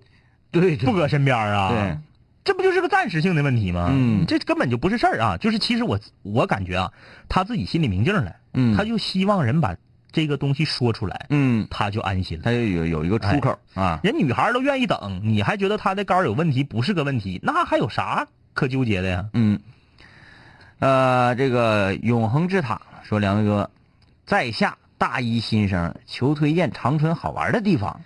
[SPEAKER 3] 对
[SPEAKER 4] 不搁身边啊？
[SPEAKER 3] 对，
[SPEAKER 4] 这不就是个暂时性的问题吗？
[SPEAKER 3] 嗯
[SPEAKER 4] 这根本就不是事儿啊！就是其实我我感觉啊，他自己心里明镜了，
[SPEAKER 3] 嗯
[SPEAKER 4] 他就希望人把这个东西说出来，
[SPEAKER 3] 嗯，
[SPEAKER 4] 他就安心了。
[SPEAKER 3] 他就有有一个出口啊。
[SPEAKER 4] 人女孩都愿意等，你还觉得她的肝有问题不是个问题，那还有啥可纠结的呀？
[SPEAKER 3] 嗯，呃，这个永恒之塔说梁位哥，在下大一新生，求推荐长春好玩的地方。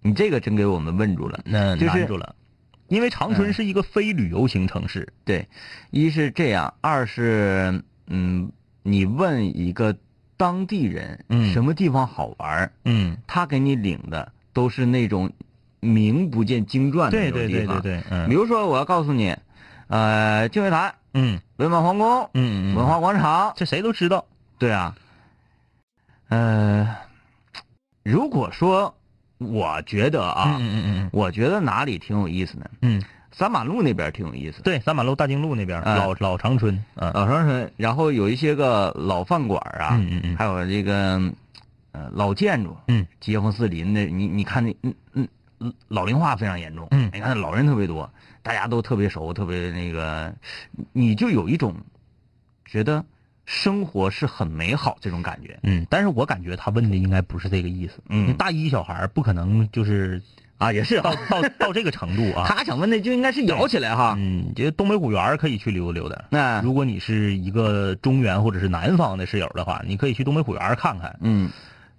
[SPEAKER 3] 你这个真给我们问住了。
[SPEAKER 4] 那
[SPEAKER 3] 就是
[SPEAKER 4] 嗯难住了，因为长春是一个非旅游型城市，
[SPEAKER 3] 对，一是这样，二是嗯，你问一个当地人，
[SPEAKER 4] 嗯
[SPEAKER 3] 什么地方好玩儿，
[SPEAKER 4] 嗯，
[SPEAKER 3] 他给你领的都是那种名不见经传的那
[SPEAKER 4] 对
[SPEAKER 3] 种
[SPEAKER 4] 对
[SPEAKER 3] 地
[SPEAKER 4] 对对
[SPEAKER 3] 方。
[SPEAKER 4] 对，
[SPEAKER 3] 比
[SPEAKER 4] 嗯
[SPEAKER 3] 如说，我要告诉你，呃，净月潭、
[SPEAKER 4] 嗯
[SPEAKER 3] 文满皇宫、
[SPEAKER 4] 嗯嗯，
[SPEAKER 3] 文化广场，
[SPEAKER 4] 这谁都知道，
[SPEAKER 3] 对啊，呃，如果说我觉得啊，
[SPEAKER 4] 嗯嗯嗯
[SPEAKER 3] 我觉得哪里挺有意思呢？
[SPEAKER 4] 嗯嗯，
[SPEAKER 3] 三马路那边挺有意思，呃
[SPEAKER 4] 对，三马路大经路那边
[SPEAKER 3] 哎
[SPEAKER 4] 老老长春，嗯
[SPEAKER 3] 老长春，然后有一些个老饭馆啊，
[SPEAKER 4] 嗯嗯嗯
[SPEAKER 3] 还有这个呃老建筑，
[SPEAKER 4] 嗯，
[SPEAKER 3] 街坊四邻的，你你看那嗯嗯嗯老龄化非常严重，
[SPEAKER 4] 嗯
[SPEAKER 3] 你看老人特别多，大家都特别熟，特别那个，你就有一种觉得生活是很美好这种感觉，
[SPEAKER 4] 嗯，但是我感觉他问的应该不是这个意思，
[SPEAKER 3] 嗯
[SPEAKER 4] 因为大一小孩不可能就是
[SPEAKER 3] 啊，也是啊
[SPEAKER 4] 到到到这个程度 啊，
[SPEAKER 3] 他想问的就应该是摇起来哈，
[SPEAKER 4] 嗯，这东北古园可以去溜达溜达。
[SPEAKER 3] 那
[SPEAKER 4] 如果你是一个中原或者是南方的室友的话，你可以去东北虎园看看。
[SPEAKER 3] 嗯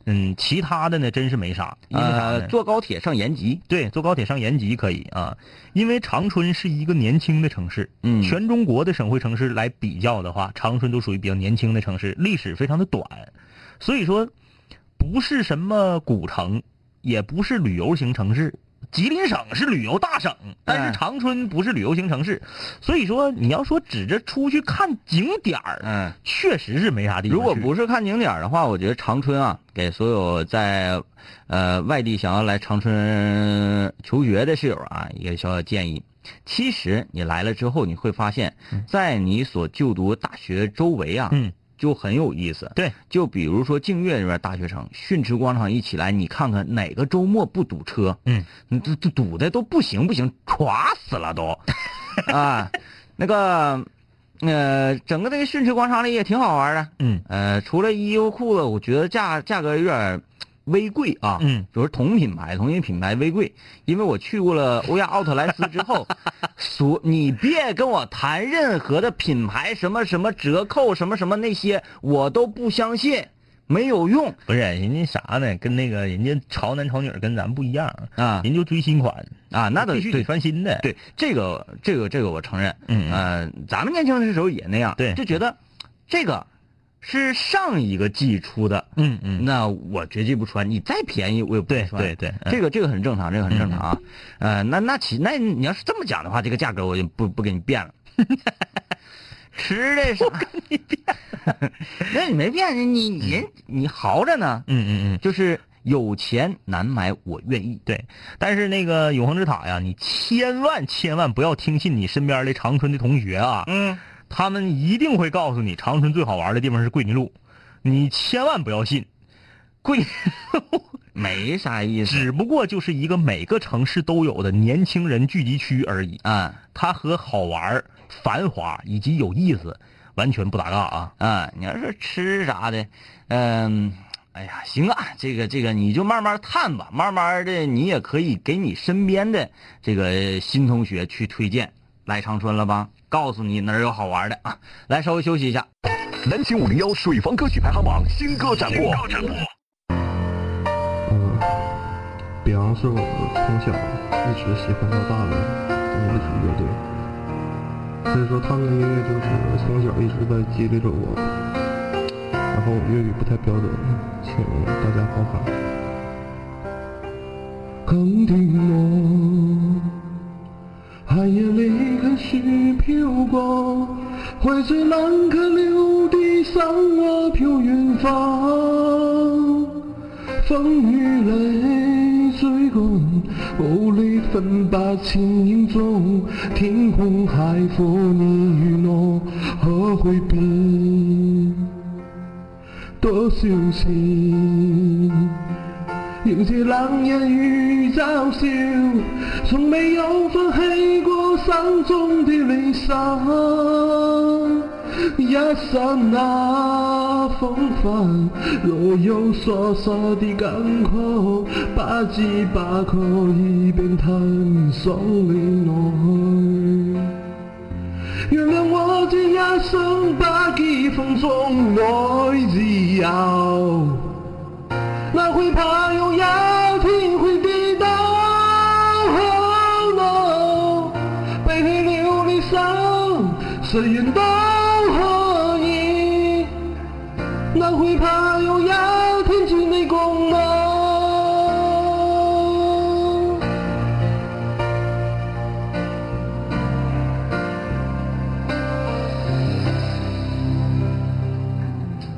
[SPEAKER 4] 嗯，其他的呢真是没啥，因为啥呢？
[SPEAKER 3] 呃坐高铁上延吉，
[SPEAKER 4] 对，坐高铁上延吉可以啊，因为长春是一个年轻的城市，
[SPEAKER 3] 嗯
[SPEAKER 4] 全中国的省会城市来比较的话，长春都属于比较年轻的城市，历史非常的短，所以说不是什么古城，也不是旅游型城市。吉林省是旅游大省，但
[SPEAKER 3] 哎
[SPEAKER 4] 是长春不是旅游型城市，所以说你要说指着出去看景点儿，
[SPEAKER 3] 嗯。
[SPEAKER 4] 确实是没啥地方
[SPEAKER 3] 如
[SPEAKER 4] 去。
[SPEAKER 3] 果不是看景点儿的话，我觉得长春啊，给所有在呃外地想要来长春求学的室友啊，一个小小建议。其实你来了之后，你会发现，在你所就读大学周围啊，
[SPEAKER 4] 嗯，
[SPEAKER 3] 就很有意思。
[SPEAKER 4] 对，
[SPEAKER 3] 就比如说净月那边大学城，汛池广场一起来，你看看哪个周末不堵车？
[SPEAKER 4] 嗯，
[SPEAKER 3] 堵堵堵的都不行不行，歘死了都。啊，那个，呃，整个这个汛池广场里也挺好玩的。
[SPEAKER 4] 嗯
[SPEAKER 3] 呃，除了衣服裤子，我觉得价价格有点儿微贵啊。
[SPEAKER 4] 嗯
[SPEAKER 3] 比如同品牌，同一品牌微贵，因为我去过了欧亚奥特莱斯之后， 所你别跟我谈任何的品牌什么什么折扣什么什么那些，我都不相信，没有用
[SPEAKER 4] 不是人家啥呢？跟那个人家潮男潮女跟咱不一样，
[SPEAKER 3] 啊
[SPEAKER 4] 人就追新款，
[SPEAKER 3] 啊！那
[SPEAKER 4] 嗯必
[SPEAKER 3] 得
[SPEAKER 4] 须
[SPEAKER 3] 对
[SPEAKER 4] 得穿新的。
[SPEAKER 3] 对，这个这个这个我承认，
[SPEAKER 4] 嗯嗯
[SPEAKER 3] 呃，咱们年轻的时候也那样，
[SPEAKER 4] 对
[SPEAKER 3] 就觉得这个是上一个季出的，
[SPEAKER 4] 嗯嗯，
[SPEAKER 3] 那我绝对不穿，你再便宜我也不
[SPEAKER 4] 对
[SPEAKER 3] 穿。
[SPEAKER 4] 对对，嗯
[SPEAKER 3] 这个这个很正常，这个很正常啊。呃，那那其那你要是这么讲的话，这个价格我就不不给你变了。 吃的啥？跟你变， 那你没变，你你人你豪着呢，
[SPEAKER 4] 嗯嗯嗯，
[SPEAKER 3] 就是有钱难买我愿意。
[SPEAKER 4] 对。但是那个永恒之塔呀，你千万千万不要听信你身边的长春的同学啊，
[SPEAKER 3] 嗯，
[SPEAKER 4] 他们一定会告诉你长春最好玩的地方是桂林路，你千万不要信。桂林
[SPEAKER 3] 没啥意思。
[SPEAKER 4] 只不过就是一个每个城市都有的年轻人聚集区而已，
[SPEAKER 3] 啊
[SPEAKER 4] 它和好玩、繁华以及有意思完全不搭嘎啊。
[SPEAKER 3] 啊，你要是吃啥的，嗯，哎呀，行啊，这个这个你就慢慢探吧，慢慢的你也可以给你身边的这个新同学去推荐，来长春了吧？告诉你哪儿有好玩的啊！来，稍微休息一下。
[SPEAKER 2] 南秦五零幺水房歌曲排行榜新歌展播。
[SPEAKER 5] 嗯比昂是我从小一直喜欢到大的一个乐队，所以说他们的音乐就是从小一直在激励着我。然后我粤语不太标准，请大家包涵。肯定我，寒夜里开始飘过，怀着南柯柳的桑花飘远方。风雨里追赶，无力分白前影踪。天空海阔，你与我可会变多少次？仍是冷日与嘲笑，從未有放棄過手中的理想。呀伞那风帆，若有所说的港口，把几把口一边弹送你来。原谅我这一生把几分钟来自由，哪会怕有一天会跌倒？Oh no，背起了你手，谁人都可以，哪会怕有一天只你共我？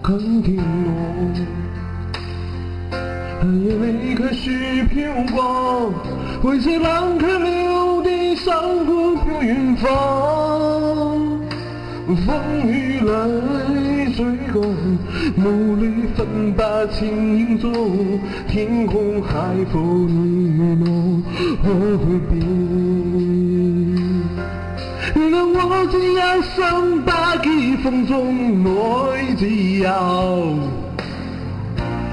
[SPEAKER 5] 看见我，寒夜里开始飘过，灰色冷却了的山谷飘远方。风雨来追赶，努力奋把前影踪，天空海阔，你我可会变？原谅我这一生把几风中爱自由，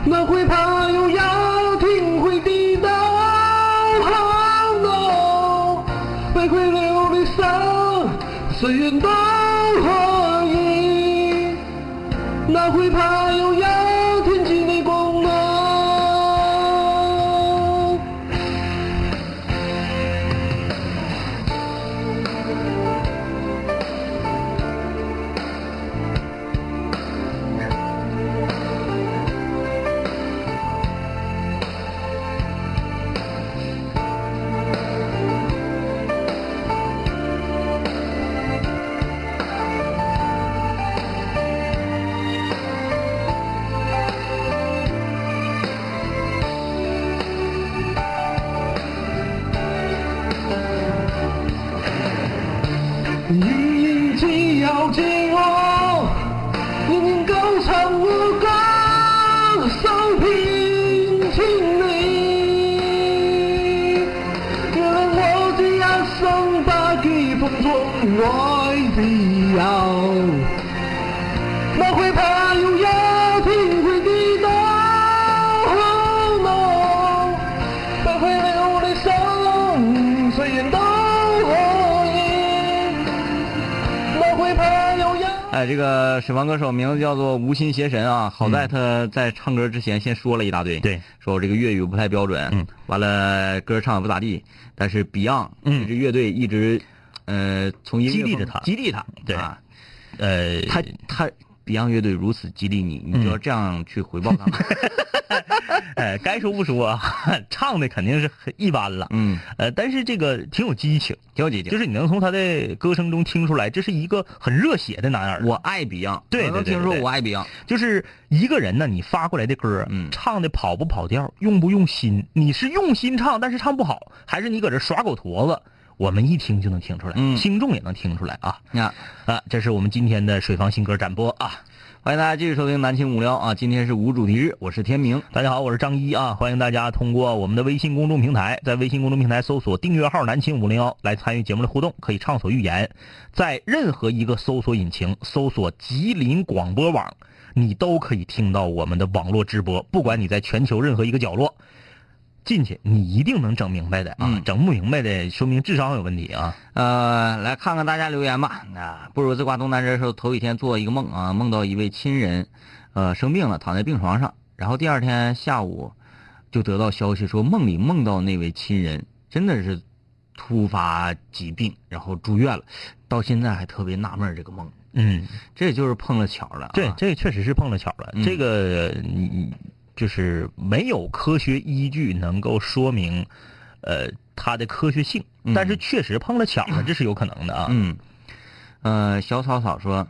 [SPEAKER 5] 哪会怕有一天会跌倒？Oh no，背亏了你手，谁人都可以，哪会怕有一天只你共我？语言只有自我，仍然纠缠互歌，收遍千里。让我这一生把几风中爱自由，莫会怕有一天会跌倒。Oh no，不会留你手，谁人都可以。莫会怕有人。
[SPEAKER 3] 哎，这个沈阳歌手名字叫做无心邪神啊，好在他在唱歌之前先说了一大堆，
[SPEAKER 4] 嗯对，
[SPEAKER 3] 说我这个粤语不太标准，
[SPEAKER 4] 嗯，
[SPEAKER 3] 完了歌唱也不咋地，但是 Beyond
[SPEAKER 4] 嗯
[SPEAKER 3] 这支乐队一直，呃，从音乐
[SPEAKER 4] 激励
[SPEAKER 3] 方
[SPEAKER 4] 着他
[SPEAKER 3] 激励他，
[SPEAKER 4] 对
[SPEAKER 3] 啊
[SPEAKER 4] 呃，嗯
[SPEAKER 3] 他他 Beyond 乐队如此激励你，你就要这样去回报 他们，
[SPEAKER 4] 呃，该说不说啊，唱的肯定是很一般了，
[SPEAKER 3] 嗯，
[SPEAKER 4] 呃，但是这个挺有激情，
[SPEAKER 3] 挺有激情
[SPEAKER 4] 就。是你能从他的歌声中听出来，这是一个很热血的男儿。
[SPEAKER 3] 我爱 Beyond，
[SPEAKER 4] 对对
[SPEAKER 3] 我都
[SPEAKER 4] 对
[SPEAKER 3] 听
[SPEAKER 4] 对
[SPEAKER 3] 说
[SPEAKER 4] 对
[SPEAKER 3] 我爱 Beyond，
[SPEAKER 4] 就是一个人呢，你发过来的歌，
[SPEAKER 3] 嗯
[SPEAKER 4] 唱的跑不跑调，用不用心，你是用心唱，但是唱不好，还是你搁这耍狗驼子，我们一听就能听出来，
[SPEAKER 3] 嗯
[SPEAKER 4] 听众也能听出来啊。
[SPEAKER 3] 你看。
[SPEAKER 4] 啊，这是我们今天的水房新歌展播啊。
[SPEAKER 3] 欢迎大家继续收听《南青五聊》啊，今天是无主题日，我是天明。
[SPEAKER 4] 大家好，我是张一啊，欢迎大家通过我们的微信公众平台，在微信公众平台搜索订阅号“南青五零幺”来参与节目的互动，可以畅所欲言，在任何一个搜索引擎搜索“吉林广播网”，你都可以听到我们的网络直播，不管你在全球任何一个角落。进去，你一定能整明白的啊！
[SPEAKER 3] 嗯
[SPEAKER 4] 整不明白的，说明智商有问题啊！
[SPEAKER 3] 呃，来看看大家留言吧。那不如自挂东南枝的时候，头一天做一个梦啊，梦到一位亲人，呃，生病了，躺在病床上，然后第二天下午就得到消息说，梦里梦到那位亲人真的是突发疾病，然后住院了，到现在还特别纳闷儿这个梦，
[SPEAKER 4] 嗯，
[SPEAKER 3] 这就是碰了巧了、啊。
[SPEAKER 4] 对，这确实是碰了巧了。
[SPEAKER 3] 嗯
[SPEAKER 4] 这个嗯就是没有科学依据能够说明，呃，它的科学性，
[SPEAKER 3] 嗯
[SPEAKER 4] 但是确实碰了巧了，这是有可能的啊。
[SPEAKER 3] 嗯，呃，小草草说，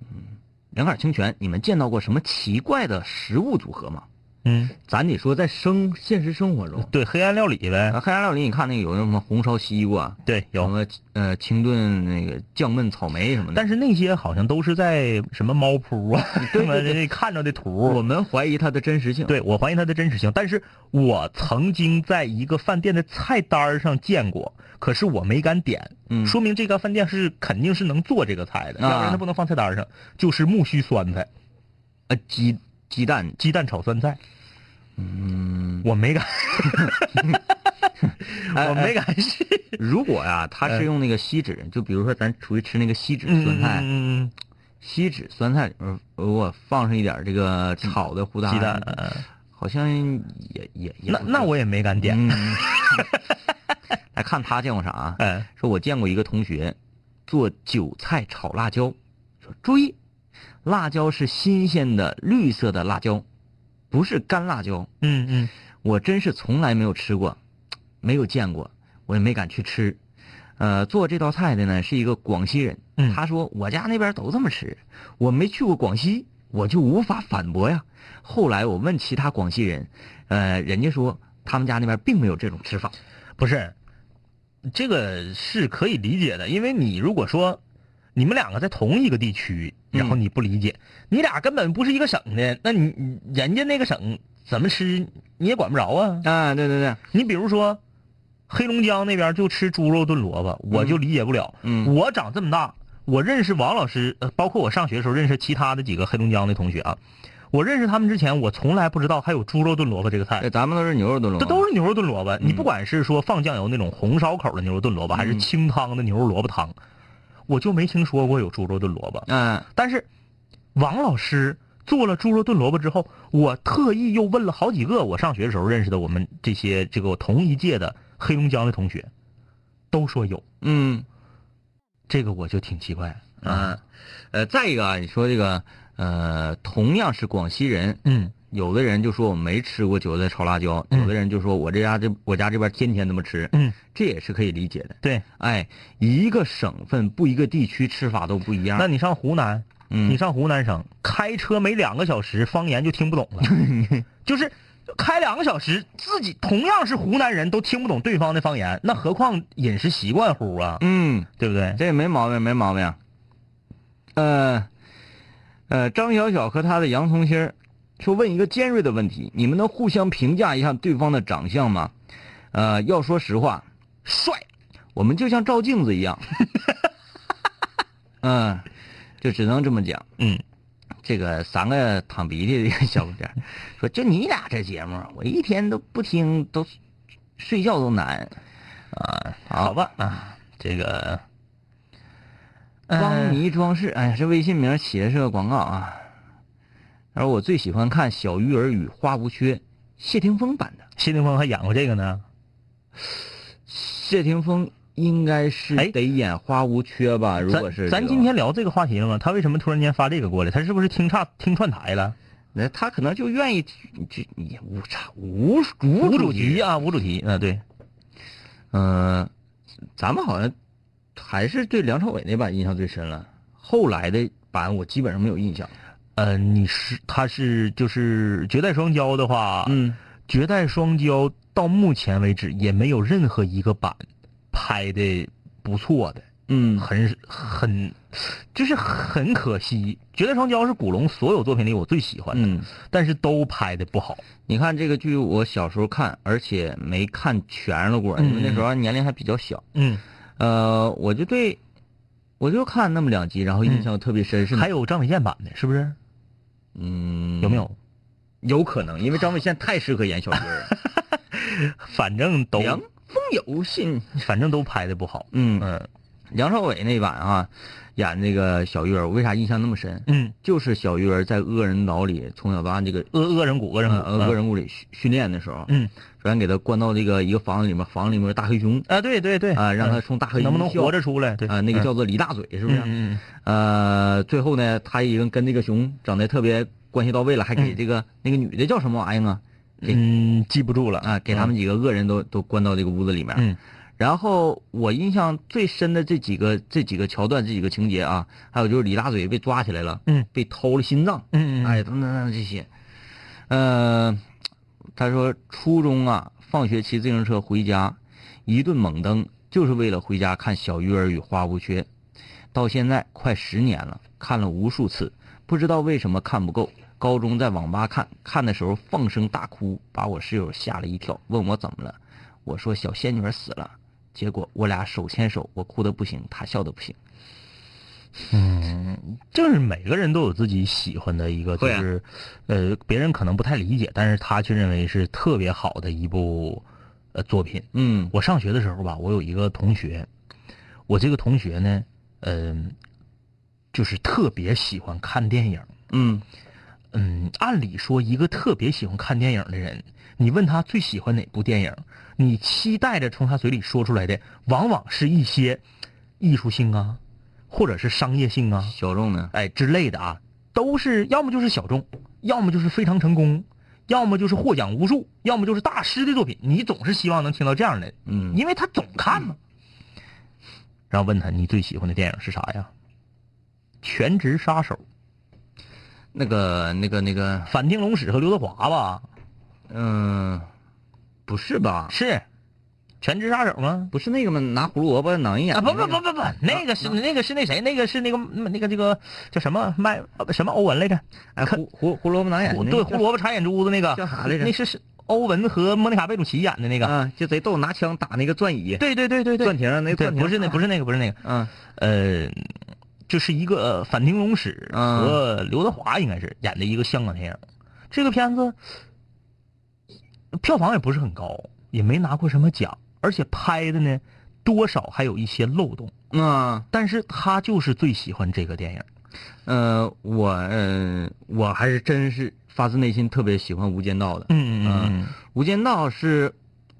[SPEAKER 3] 嗯，两杆清泉，你们见到过什么奇怪的食物组合吗？
[SPEAKER 4] 嗯，
[SPEAKER 3] 咱得说在生现实生活中，
[SPEAKER 4] 对，黑暗料理呗，
[SPEAKER 3] 啊，黑暗料理你看那个有那什么红烧西瓜，
[SPEAKER 4] 对，
[SPEAKER 3] 什
[SPEAKER 4] 有。
[SPEAKER 3] 么呃清炖那个酱焖草莓什么的。
[SPEAKER 4] 但
[SPEAKER 3] 是
[SPEAKER 4] 是那些好像都是在什么猫扑啊， 什么这看着的图，
[SPEAKER 3] 我们怀疑它的真实性。，
[SPEAKER 4] 对我怀疑它的真实性，但是我曾经在一个饭店的菜单儿上见过，可是我没敢点，
[SPEAKER 3] 嗯
[SPEAKER 4] 说明这个饭店是肯定是能做这个菜的，
[SPEAKER 3] 啊
[SPEAKER 4] 要不然它不能放菜单儿上。就是木须酸菜、
[SPEAKER 3] 呃，鸡鸡蛋，
[SPEAKER 4] 鸡蛋炒酸菜，
[SPEAKER 3] 嗯，
[SPEAKER 4] 我没敢，
[SPEAKER 3] 哎
[SPEAKER 4] 嗯我没敢试。
[SPEAKER 3] 如果呀、它是用那个锡纸，就比如说咱出去吃那个锡纸酸菜，
[SPEAKER 4] 嗯，嗯
[SPEAKER 3] 锡纸酸菜里面如果放上一点这个炒的胡
[SPEAKER 4] 嗯
[SPEAKER 3] 蛋
[SPEAKER 4] 鸡蛋，嗯
[SPEAKER 3] 好像也也也
[SPEAKER 4] 那
[SPEAKER 3] 不
[SPEAKER 4] 那我也没敢 点。
[SPEAKER 3] 嗯，来看他见过啥啊？
[SPEAKER 4] 嗯，
[SPEAKER 3] 说我见过一个同学做韭菜炒辣椒，说注意，辣椒是新鲜的绿色的辣椒，不是干辣椒。
[SPEAKER 4] 嗯嗯，
[SPEAKER 3] 我真是从来没有吃过，没有见过，我也没敢去吃。呃，做这道菜的呢是一个广西人，
[SPEAKER 4] 嗯
[SPEAKER 3] 他说我家那边都这么吃，我没去过广西，我就无法反驳呀。后来我问其他广西人，呃，人家说他们家那边并没有这种吃法。
[SPEAKER 4] 不是，这个是可以理解的，因为你如果说你们两个在同一个地区，然后
[SPEAKER 3] 嗯
[SPEAKER 4] 你不理解，你俩根本不是一个省的，那你你人家那个省怎么吃你也管不着啊。
[SPEAKER 3] 啊，对对对，
[SPEAKER 4] 你比如说，黑龙江那边就吃猪肉炖萝卜，我就理解不了。
[SPEAKER 3] 嗯
[SPEAKER 4] 我长这么大，我认识王老师，呃，包括我上学的时候认识其他的几个黑龙江的同学啊。我认识他们之前，我从来不知道还有猪肉炖萝卜这个菜。
[SPEAKER 3] 对，咱们都是牛肉炖萝卜，
[SPEAKER 4] 这都是牛肉炖萝卜。你
[SPEAKER 3] 嗯
[SPEAKER 4] 不管是说放酱油那种红烧口的牛肉炖萝卜，还是
[SPEAKER 3] 嗯
[SPEAKER 4] 清汤的牛肉萝卜汤，我就没听说过有猪肉炖萝卜。
[SPEAKER 3] 嗯、
[SPEAKER 4] 但是王老师做了猪肉炖萝卜之后，我特意又问了好几个我上学的时候认识的我们这些这个我同一届的黑龙江的同学，都说有。
[SPEAKER 3] 嗯
[SPEAKER 4] 这个我就挺奇怪。
[SPEAKER 3] 啊，呃，再一个啊，你说这个呃，同样是广西人，
[SPEAKER 4] 嗯
[SPEAKER 3] 有的人就说我没吃过韭菜炒辣椒，
[SPEAKER 4] 嗯
[SPEAKER 3] 有的人就说我这家这我家这边天天这么吃，
[SPEAKER 4] 嗯，
[SPEAKER 3] 这也是可以理解的。
[SPEAKER 4] 对。
[SPEAKER 3] 哎，一个省份不一个地区吃法都不一样。
[SPEAKER 4] 那你上湖南，
[SPEAKER 3] 嗯
[SPEAKER 4] 你上湖南省，开车没两个小时，方言就听不懂 了，就是开两个小时，自己同样是湖南人都听不懂对方的方言，那何况饮食习惯乎啊，
[SPEAKER 3] 嗯，
[SPEAKER 4] 对不对？
[SPEAKER 3] 这没毛病，没毛病。呃，呃，张小小和他的洋葱心儿说问一个尖锐的问题：你们能互相评价一下对方的长相吗？呃，要说实话，帅，我们就像照镜子一样。 嗯、就只能这么讲。
[SPEAKER 4] 嗯，
[SPEAKER 3] 这个三个淌鼻涕的一个小姑娘说：“就你俩这节目，我一天都不听，都睡觉都难。呃
[SPEAKER 4] 好吧啊，这个
[SPEAKER 3] 汪迷装饰，哎呀，这微信名起的是个广告啊。而我最喜欢看《小鱼儿与花无缺》，谢霆锋版的。
[SPEAKER 4] 谢霆锋还演过这个呢，
[SPEAKER 3] 谢霆锋应该是
[SPEAKER 4] 哎
[SPEAKER 3] 得演花无缺吧？如果
[SPEAKER 4] 咱
[SPEAKER 3] 是这
[SPEAKER 4] 咱
[SPEAKER 3] 个
[SPEAKER 4] 今天聊这个话题了吗？他为什么突然间发这个过来？他是不是听岔听串台了？
[SPEAKER 3] 那他可能就愿意这也无差无
[SPEAKER 4] 无
[SPEAKER 3] 无
[SPEAKER 4] 主
[SPEAKER 3] 主
[SPEAKER 4] 题啊，无主题，嗯、对，
[SPEAKER 3] 嗯、咱们好像还是对梁朝伟那版印象最深了，后来的版我基本上没有印象。
[SPEAKER 4] 呃，你是他是就是绝代双骄的话，。
[SPEAKER 3] 嗯，
[SPEAKER 4] 绝代双骄到目前为止也没有任何一个版拍的不错的，
[SPEAKER 3] 嗯
[SPEAKER 4] 很很，就是很可惜。绝代双骄是古龙所有作品里我最喜欢的，
[SPEAKER 3] 嗯，
[SPEAKER 4] 但是都拍的不好。
[SPEAKER 3] 你看这个剧，我小时候看，而且没看全了过，
[SPEAKER 4] 嗯
[SPEAKER 3] 因为那时候年龄还比较小。
[SPEAKER 4] 嗯，
[SPEAKER 3] 呃，我就对，我就看那么两集，然后印象特别深。是哪
[SPEAKER 4] 嗯还有张伟健版的，是不是？
[SPEAKER 3] 嗯，
[SPEAKER 4] 有没有？
[SPEAKER 3] 有可能？因为张卫健太适合演小鱼儿 了。
[SPEAKER 4] 反正都
[SPEAKER 3] 凉风有信，
[SPEAKER 4] 反正都拍的不好。
[SPEAKER 3] 嗯，
[SPEAKER 4] 嗯
[SPEAKER 3] 梁朝伟那版啊，演那个小鱼儿，我为啥印象那么深？
[SPEAKER 4] 嗯，
[SPEAKER 3] 就是小鱼儿在恶人岛里从小到大这个
[SPEAKER 4] 恶恶人谷，恶人
[SPEAKER 3] 呃
[SPEAKER 4] 谷，
[SPEAKER 3] 恶人谷里训训练的时候，
[SPEAKER 4] 嗯
[SPEAKER 3] 首先给他关到这个一个房子里面，房子里面有大黑熊
[SPEAKER 4] 啊，对对对
[SPEAKER 3] 啊，让他
[SPEAKER 4] 嗯
[SPEAKER 3] 从大黑熊
[SPEAKER 4] 能不能
[SPEAKER 3] 跳
[SPEAKER 4] 活着出来？对
[SPEAKER 3] 啊，那个
[SPEAKER 4] 嗯
[SPEAKER 3] 叫做李大嘴是不
[SPEAKER 4] 嗯
[SPEAKER 3] 是？啊
[SPEAKER 4] 嗯嗯
[SPEAKER 3] 呃，最后呢，他已经跟这个熊整的特别关系到位了，还给这个、那个女的叫什么玩意儿啊？给
[SPEAKER 4] 嗯，记不住了
[SPEAKER 3] 啊，给他们几个恶人都、都关到这个屋子里面。
[SPEAKER 4] 嗯
[SPEAKER 3] 然后我印象最深的这几个这几个桥段，这几个情节啊，还有就是李大嘴被抓起来了，
[SPEAKER 4] 嗯
[SPEAKER 3] 被偷了心脏，
[SPEAKER 4] 嗯嗯嗯
[SPEAKER 3] 哎，等等等等这些，呃，他说初中啊，放学骑自行车回家，一顿猛蹬，就是为了回家看《小鱼儿与花无缺》，到现在快十年了，看了无数次，不知道为什么看不够。高中在网吧看，看的时候放声大哭，把我室友吓了一跳，问我怎么了，我说小仙女死了，结果我俩手牵手，我哭的不行，他笑的不行。
[SPEAKER 4] 嗯就是每个人都有自己喜欢的一个，就
[SPEAKER 3] 会啊
[SPEAKER 4] 是，呃，别人可能不太理解，但是他却认为是特别好的一部呃作品。
[SPEAKER 3] 嗯
[SPEAKER 4] 我上学的时候吧，我有一个同学，我这个同学呢，嗯、就是特别喜欢看电影。
[SPEAKER 3] 嗯，
[SPEAKER 4] 嗯，按理说，一个特别喜欢看电影的人，你问他最喜欢哪部电影，你期待着从他嘴里说出来的，往往是一些艺术性啊，或者是商业性啊，
[SPEAKER 3] 小众呢？
[SPEAKER 4] 哎之类的啊，都是要么就是小众，要么就是非常成功，要么就是获奖无数，要么就是大师的作品。你总是希望能听到这样的，
[SPEAKER 3] 嗯
[SPEAKER 4] 因为他总看嘛。嗯然后问他你最喜欢的电影是啥呀？《全职杀手》
[SPEAKER 3] 那个那个那个，
[SPEAKER 4] 反町隆史和刘德华吧？
[SPEAKER 3] 嗯、不是吧？
[SPEAKER 4] 是《全职杀手》吗？
[SPEAKER 3] 不是那个吗？拿胡萝卜挠一眼
[SPEAKER 4] 啊不
[SPEAKER 3] 那
[SPEAKER 4] 不
[SPEAKER 3] 个
[SPEAKER 4] 不不不，啊那个是那个是那谁？那个是那个嗯那个这个叫什么麦呃什么欧文来着？
[SPEAKER 3] 哎，胡胡胡萝卜 挠眼，
[SPEAKER 4] 胡
[SPEAKER 3] 那
[SPEAKER 4] 对
[SPEAKER 3] 个
[SPEAKER 4] 胡萝卜插眼珠子那个
[SPEAKER 3] 叫啥来着
[SPEAKER 4] 那是是欧文和莫妮卡贝鲁奇演的那个。
[SPEAKER 3] 啊，就贼逗，拿枪打那个转椅，
[SPEAKER 4] 对对对对对，
[SPEAKER 3] 转停那个
[SPEAKER 4] 对
[SPEAKER 3] 转停
[SPEAKER 4] 不是那不是那个不是那个，
[SPEAKER 3] 嗯
[SPEAKER 4] 呃，就是一个呃反町隆史
[SPEAKER 3] 嗯
[SPEAKER 4] 和刘德华应该是演的一个香港电影，这个片子票房也不是很高，也没拿过什么奖，而且拍的呢多少还有一些漏洞，
[SPEAKER 3] 啊
[SPEAKER 4] 但是他就是最喜欢这个电影。
[SPEAKER 3] 呃，我呃我还是真是发自内心特别喜欢《无间道》的，
[SPEAKER 4] 嗯
[SPEAKER 3] 嗯无间道》是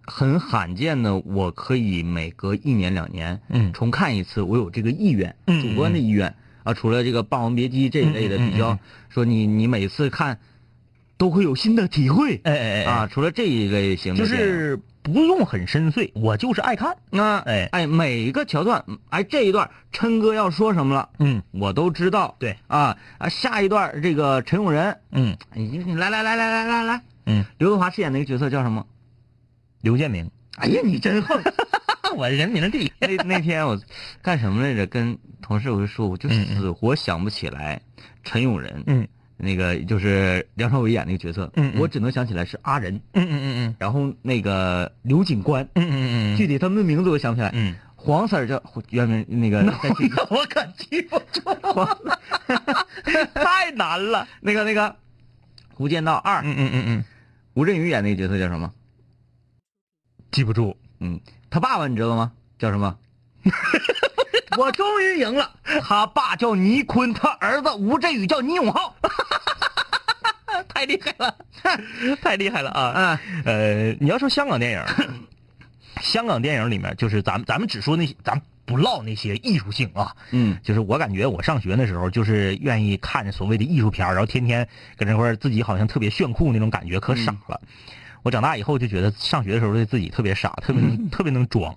[SPEAKER 3] 很罕见的，我可以每隔一年两年
[SPEAKER 4] 嗯
[SPEAKER 3] 重看一次，我有这个意愿，
[SPEAKER 4] 嗯
[SPEAKER 3] 主观的意愿啊。除了这个《霸王别姬》这一类的
[SPEAKER 4] 嗯嗯嗯
[SPEAKER 3] 比较，说你你每次看都会有新的体会
[SPEAKER 4] 哎哎哎
[SPEAKER 3] 啊。，除了这一类型的
[SPEAKER 4] 就
[SPEAKER 3] 电影，
[SPEAKER 4] 是不用很深邃，我就是爱看。
[SPEAKER 3] 那
[SPEAKER 4] 哎
[SPEAKER 3] 哎，每一个桥段，哎这一段琛哥要说什么了，
[SPEAKER 4] 嗯
[SPEAKER 3] 我都知道。
[SPEAKER 4] 对
[SPEAKER 3] 啊啊，下一段这个陈永仁，哎
[SPEAKER 4] 嗯
[SPEAKER 3] 你你来来来来来来来，
[SPEAKER 4] 嗯，
[SPEAKER 3] 刘德华饰演那个角色叫什么？
[SPEAKER 4] 刘建明，
[SPEAKER 3] 哎呀，你真横！
[SPEAKER 4] 啊 我人名第一。
[SPEAKER 3] 那那天我干什么来着？跟同事我就说，我就死活想不起来陈永仁，
[SPEAKER 4] 嗯
[SPEAKER 3] 那个就是梁朝伟演那个角色，
[SPEAKER 4] 嗯嗯
[SPEAKER 3] 我只能想起来是阿仁，
[SPEAKER 4] 嗯嗯嗯
[SPEAKER 3] 然后那个刘警官，
[SPEAKER 4] 嗯嗯嗯
[SPEAKER 3] 具体他们的名字我想不起来，
[SPEAKER 4] 嗯。
[SPEAKER 3] 黄色儿叫原名那个在剧
[SPEAKER 4] 那我可记不住了， 太难了。
[SPEAKER 3] 那个那个《无间道二》，
[SPEAKER 4] 嗯嗯嗯嗯，
[SPEAKER 3] 吴镇宇演那个角色叫什么？
[SPEAKER 4] 记不住。
[SPEAKER 3] 嗯，他爸爸你知道吗？叫什么？我终于赢了。他爸叫倪坤，他儿子吴镇宇叫倪永浩。
[SPEAKER 4] 太厉害了， 太厉害了啊！
[SPEAKER 3] 啊，
[SPEAKER 4] 呃，你要说香港电 影，香港电影里面就是咱们咱们只说那些，咱不唠那些艺术性啊。
[SPEAKER 3] 嗯
[SPEAKER 4] 就是我感觉我上学的时候，就是愿意看所谓的艺术片儿然后天天搁那块儿自己好像特别炫酷那种感觉，可傻了。我长大以后就觉得上学的时候对自己特别傻，特别能特别能装，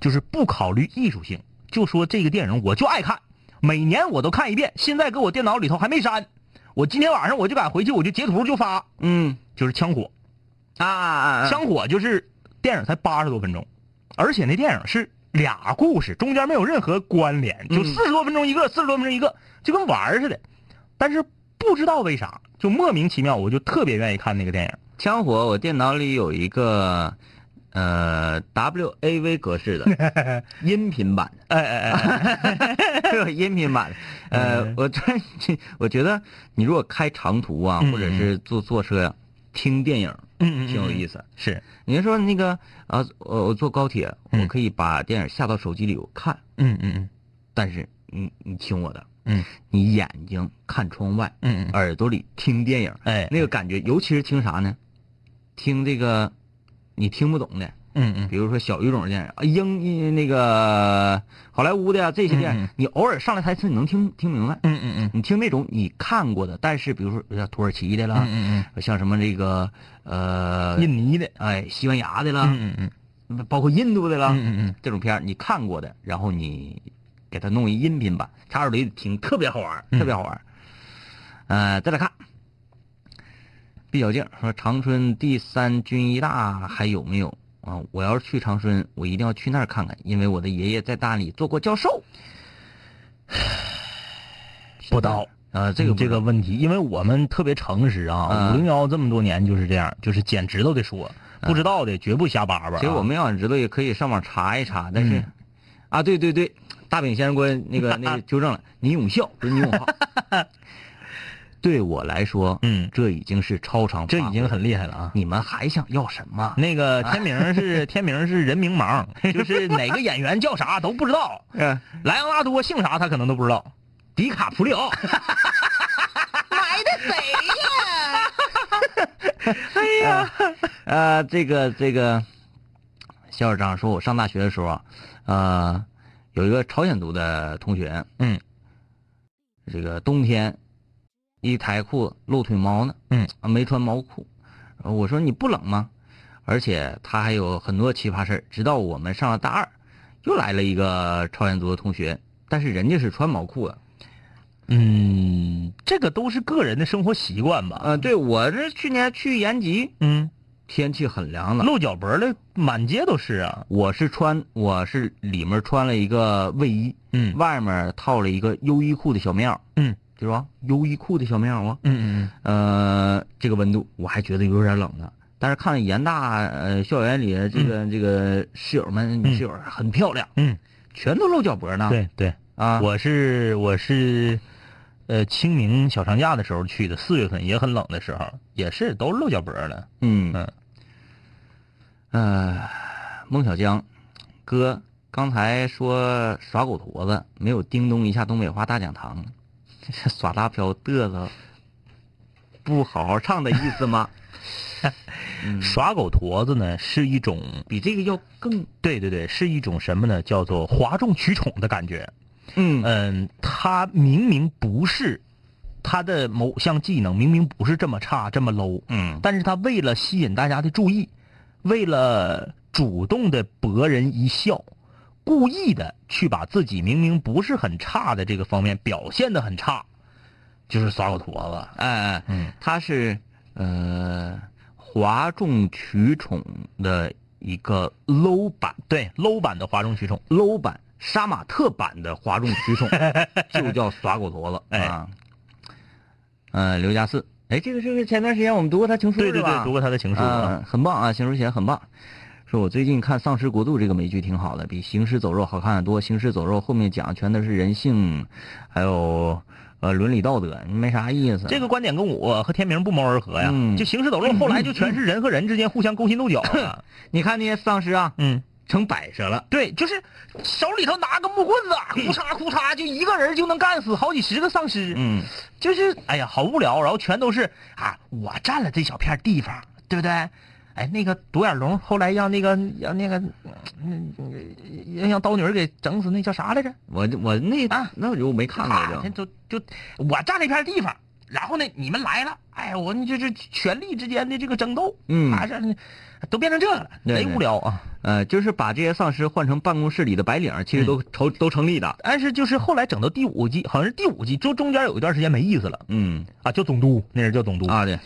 [SPEAKER 4] 就是不考虑艺术性，就说这个电影我就爱看，每年我都看一遍，现在搁我电脑里头还没删，我今天晚上我就敢回去，我就截图就发，
[SPEAKER 3] 嗯
[SPEAKER 4] 就是枪火。
[SPEAKER 3] 啊啊啊！
[SPEAKER 4] 枪火就是电影才八十多分钟，而且那电影是俩故事，中间没有任何关联，就
[SPEAKER 3] 嗯
[SPEAKER 4] 四十多分钟一个，四十多分钟一个，就跟玩儿似的。但是不知道为啥，就莫名其妙，我就特别愿意看那个电影。
[SPEAKER 3] 枪火，我电脑里有一个呃 WAV 格式 的音频版的，
[SPEAKER 4] 哎哎哎，
[SPEAKER 3] 这个音频版的。呃
[SPEAKER 4] 嗯，
[SPEAKER 3] 我这这，我觉得你如果开长途啊，
[SPEAKER 4] 嗯
[SPEAKER 3] 或者是坐坐车呀，听电影
[SPEAKER 4] 嗯
[SPEAKER 3] 挺有意思。
[SPEAKER 4] 是，
[SPEAKER 3] 你说那个啊，我我坐高铁，
[SPEAKER 4] 嗯
[SPEAKER 3] 我可以把电影下到手机里我看，
[SPEAKER 4] 嗯嗯嗯
[SPEAKER 3] 但是你你听我的，
[SPEAKER 4] 嗯，
[SPEAKER 3] 你眼睛看窗外，
[SPEAKER 4] 嗯嗯，
[SPEAKER 3] 耳朵里听电影，
[SPEAKER 4] 哎，
[SPEAKER 3] 那个感觉，尤其是听啥呢？听这个你听不懂的，
[SPEAKER 4] 嗯嗯
[SPEAKER 3] 比如说小语种的电影啊，英那个好莱坞的呀、这些电影，
[SPEAKER 4] 嗯嗯
[SPEAKER 3] 你偶尔上来台词你能听听明白。
[SPEAKER 4] 嗯嗯嗯
[SPEAKER 3] 你听那种你看过的，但是比如说像土耳其的啦，
[SPEAKER 4] 嗯
[SPEAKER 3] 像什么这个呃
[SPEAKER 4] 嗯，，印尼的，
[SPEAKER 3] 哎，西班牙的啦，
[SPEAKER 4] 嗯嗯嗯
[SPEAKER 3] 包括印度的啦，
[SPEAKER 4] 嗯嗯嗯，
[SPEAKER 3] 这种片儿你看过的，然后你给它弄一音频版，插耳朵嗯里听，特别好玩儿，特别好玩儿。呃，再来看《毕小静说：“长春第三军医大还有没有啊？我要是去长春，我一定要去那儿看看，因为我的爷爷在大理做过教授。
[SPEAKER 4] 不知道
[SPEAKER 3] 啊，这个
[SPEAKER 4] 这个问题，因为我们特别诚实啊，五
[SPEAKER 3] 嗯
[SPEAKER 4] 零幺这么多年就是这样，就是捡指头的说，不知道的绝不瞎叭叭啊。
[SPEAKER 3] 其实我们要想知道，也可以上网查一查。但是，
[SPEAKER 4] 嗯
[SPEAKER 3] 啊，对对对，大饼先生给我那个 那个纠正了，倪永孝不是倪永 浩。对我来说，
[SPEAKER 4] 嗯
[SPEAKER 3] 这已经是超常，
[SPEAKER 4] 这已经。很厉害了啊。
[SPEAKER 3] 你们还想要什么？
[SPEAKER 4] 那个天明是天明是人名 盲，就是哪个演员叫啥都不知道，
[SPEAKER 3] 嗯，
[SPEAKER 4] 莱昂纳多姓啥他可能都不知道，迪卡普里 奥。
[SPEAKER 3] 呃，这个这个，肖小张说，我上大学的时候啊，呃，有一个朝鲜族的同学，
[SPEAKER 4] 嗯，
[SPEAKER 3] 这个冬天一抬裤子露腿毛呢，
[SPEAKER 4] 嗯
[SPEAKER 3] 啊，没穿毛裤，呃我说你不冷吗？而且他还有很多奇葩事儿，直到我们上了大二，又来了一个朝鲜族的同学，但是人家是穿毛裤的。
[SPEAKER 4] 嗯，这个都是个人的生活习惯吧。
[SPEAKER 3] 呃，对我这去年去延吉，
[SPEAKER 4] 嗯，
[SPEAKER 3] 天气很凉了，
[SPEAKER 4] 露脚嗯脖的满街都是啊。
[SPEAKER 3] 我是穿，我是里面穿了一个卫衣，
[SPEAKER 4] 嗯
[SPEAKER 3] 外面套了一个优衣库的小棉袄，
[SPEAKER 4] 嗯，
[SPEAKER 3] 对吧？优衣库的小棉袄啊，
[SPEAKER 4] 嗯
[SPEAKER 3] 呃，这个温度我还觉得有点冷呢。但是看了延大呃校园里这个、这个室友们女室友很漂亮，
[SPEAKER 4] 嗯
[SPEAKER 3] 全都露脚脖呢。
[SPEAKER 4] 嗯，对对，
[SPEAKER 3] 啊，
[SPEAKER 4] 我是我是，呃，清明小长假的时候去的，四月份也很冷的时候，也是都露脚脖了。
[SPEAKER 3] 嗯
[SPEAKER 4] 嗯
[SPEAKER 3] 呃，孟小江，哥，刚才说耍狗驼子没有叮咚一下东北话大讲堂，耍大飘嘚瑟，不好好唱的意思吗？
[SPEAKER 4] 耍狗驼子呢是一种
[SPEAKER 3] 比这个要更
[SPEAKER 4] 对对对，是一种什么呢？叫做哗众取宠的感觉。
[SPEAKER 3] 嗯
[SPEAKER 4] 嗯，他明明不是他的某项技能，明明不是这么差这么 low，
[SPEAKER 3] 嗯
[SPEAKER 4] 但是他为了吸引大家的注意，为了主动的博人一笑，故意的去把自己明明不是很差的这个方面表现的很差，就是耍狗驼子。
[SPEAKER 3] 哎哎
[SPEAKER 4] 嗯，
[SPEAKER 3] 他是呃哗众取宠的一个 low 版
[SPEAKER 4] 对，low 版的哗众取宠。
[SPEAKER 3] low 版杀马特版的哗众取 宠，就叫耍狗驼子。
[SPEAKER 4] 哎
[SPEAKER 3] 啊，呃，刘家四，哎，这个是不是前段时间我们读过他情书
[SPEAKER 4] 对对
[SPEAKER 3] 是吧
[SPEAKER 4] 对，读过他的情书啊。
[SPEAKER 3] 嗯很棒啊，行尸写很棒。说我最近看《丧尸国度》这个美剧挺好的，比《行尸走肉》好看的多。《行尸走肉》后面讲全都是人性，还有呃伦理道德，没啥意思。
[SPEAKER 4] 这个观点跟我和天明不谋而合呀。
[SPEAKER 3] 嗯
[SPEAKER 4] 就行尸走肉，后来就全是人和人之间互相勾心斗角 了。
[SPEAKER 3] 你看那些丧尸啊，
[SPEAKER 4] 嗯，
[SPEAKER 3] 成摆设了。
[SPEAKER 4] 对，就是手里头拿个木棍子，哭嚓哭嚓，就一个人就能干死好几十个丧尸。
[SPEAKER 3] 嗯，
[SPEAKER 4] 就是哎呀，好无聊。然后全都是啊，我占了这小片地方，对不对？哎，那个独眼龙后来让那个让那个，嗯，让让刀女儿给整死，那叫啥来着？
[SPEAKER 3] 我我那
[SPEAKER 4] 啊
[SPEAKER 3] 那我就没看过
[SPEAKER 4] 啊，
[SPEAKER 3] 就
[SPEAKER 4] 这。就就我占了一片地方，然后呢，你们来了，哎，我们就是权力之间的这个争斗，
[SPEAKER 3] 嗯
[SPEAKER 4] 还是都变成这个了，
[SPEAKER 3] 对
[SPEAKER 4] 贼
[SPEAKER 3] 对
[SPEAKER 4] 无聊啊！
[SPEAKER 3] 呃，就是把这些丧尸换成办公室里的白领，
[SPEAKER 4] 嗯
[SPEAKER 3] 其实都成、都成立的。
[SPEAKER 4] 但是就是后来整到第五季，好像是第五季，就中间有一段时间没意思了
[SPEAKER 3] 嗯
[SPEAKER 4] 啊，叫总督，那人叫总督，
[SPEAKER 3] 啊对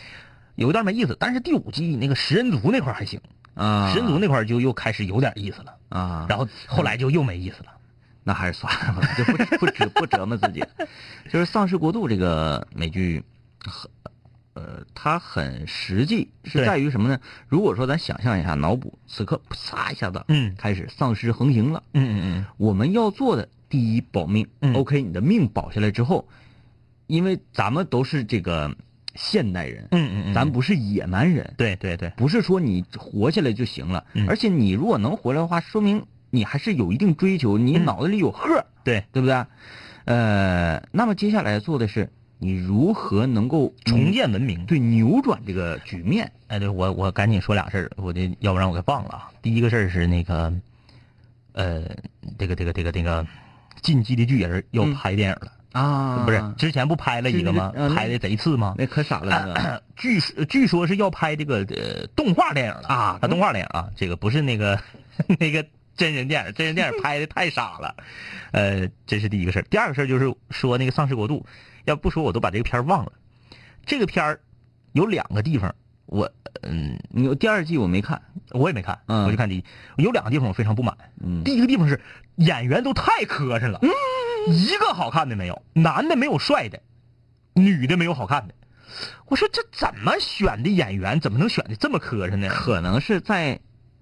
[SPEAKER 4] 有一段没意思，但是第五季那个食人族那块儿还行，
[SPEAKER 3] 啊
[SPEAKER 4] 食人族那块儿就又开始有点意思了，
[SPEAKER 3] 啊，
[SPEAKER 4] 然后后来就又没意思了。
[SPEAKER 3] 那还是算了吧，就不不折不折磨自己。就是《丧尸国度》这个美剧，很呃，它很实际，是
[SPEAKER 4] 对
[SPEAKER 3] 在于什么呢？如果说咱想象一下，脑补此刻啪一下子，
[SPEAKER 4] 嗯
[SPEAKER 3] 开始丧尸横行了。
[SPEAKER 4] 嗯嗯
[SPEAKER 3] 我们要做的第一保命、
[SPEAKER 4] 嗯
[SPEAKER 3] o k 你的命保下来之后，因为咱们都是这个现代人，
[SPEAKER 4] 嗯嗯嗯，嗯
[SPEAKER 3] 咱不是野蛮人，
[SPEAKER 4] 对对对，
[SPEAKER 3] 不是说你活下来就行了，
[SPEAKER 4] 嗯
[SPEAKER 3] 而且你如果能活来的话，说明你还是有一定追求，你
[SPEAKER 4] 嗯
[SPEAKER 3] 脑子里有核，
[SPEAKER 4] 对
[SPEAKER 3] 对不对？呃，那么接下来做的是你如何能够
[SPEAKER 4] 重，建文明。
[SPEAKER 3] 对扭转这个局面。
[SPEAKER 4] 哎，对我我赶紧说俩事儿，我这要不然我给忘了啊。第一个事儿是那个，呃，这个这个这个这个《进击的巨人》要
[SPEAKER 3] 嗯
[SPEAKER 4] 拍电影了，
[SPEAKER 3] 啊
[SPEAKER 4] 不是之前不呃拍了一个吗？
[SPEAKER 3] 是是是啊
[SPEAKER 4] 拍的贼次吗？
[SPEAKER 3] 那可傻了那 个
[SPEAKER 4] 据说呃据说是要拍这个呃动画电影了
[SPEAKER 3] 啊
[SPEAKER 4] 动画电影啊，这个不是那个 那个真人电影，真人电影拍的太傻了，呃，这是第一个事儿。第二个事儿就是说那个《丧尸国度》，要不说我都把这个片儿忘了。这个片儿有两个地方
[SPEAKER 3] 我嗯，你有第二季我没看，
[SPEAKER 4] 我也没看，
[SPEAKER 3] 嗯
[SPEAKER 4] 我就看第一。有两个地方我非常不满，
[SPEAKER 3] 嗯
[SPEAKER 4] 第一个地方是演员都太磕碜了，一个好看的没有，男的没有帅的，女的没有好看的。我说这怎么选的演员，怎么能选的这么磕碜呢？
[SPEAKER 3] 可能是在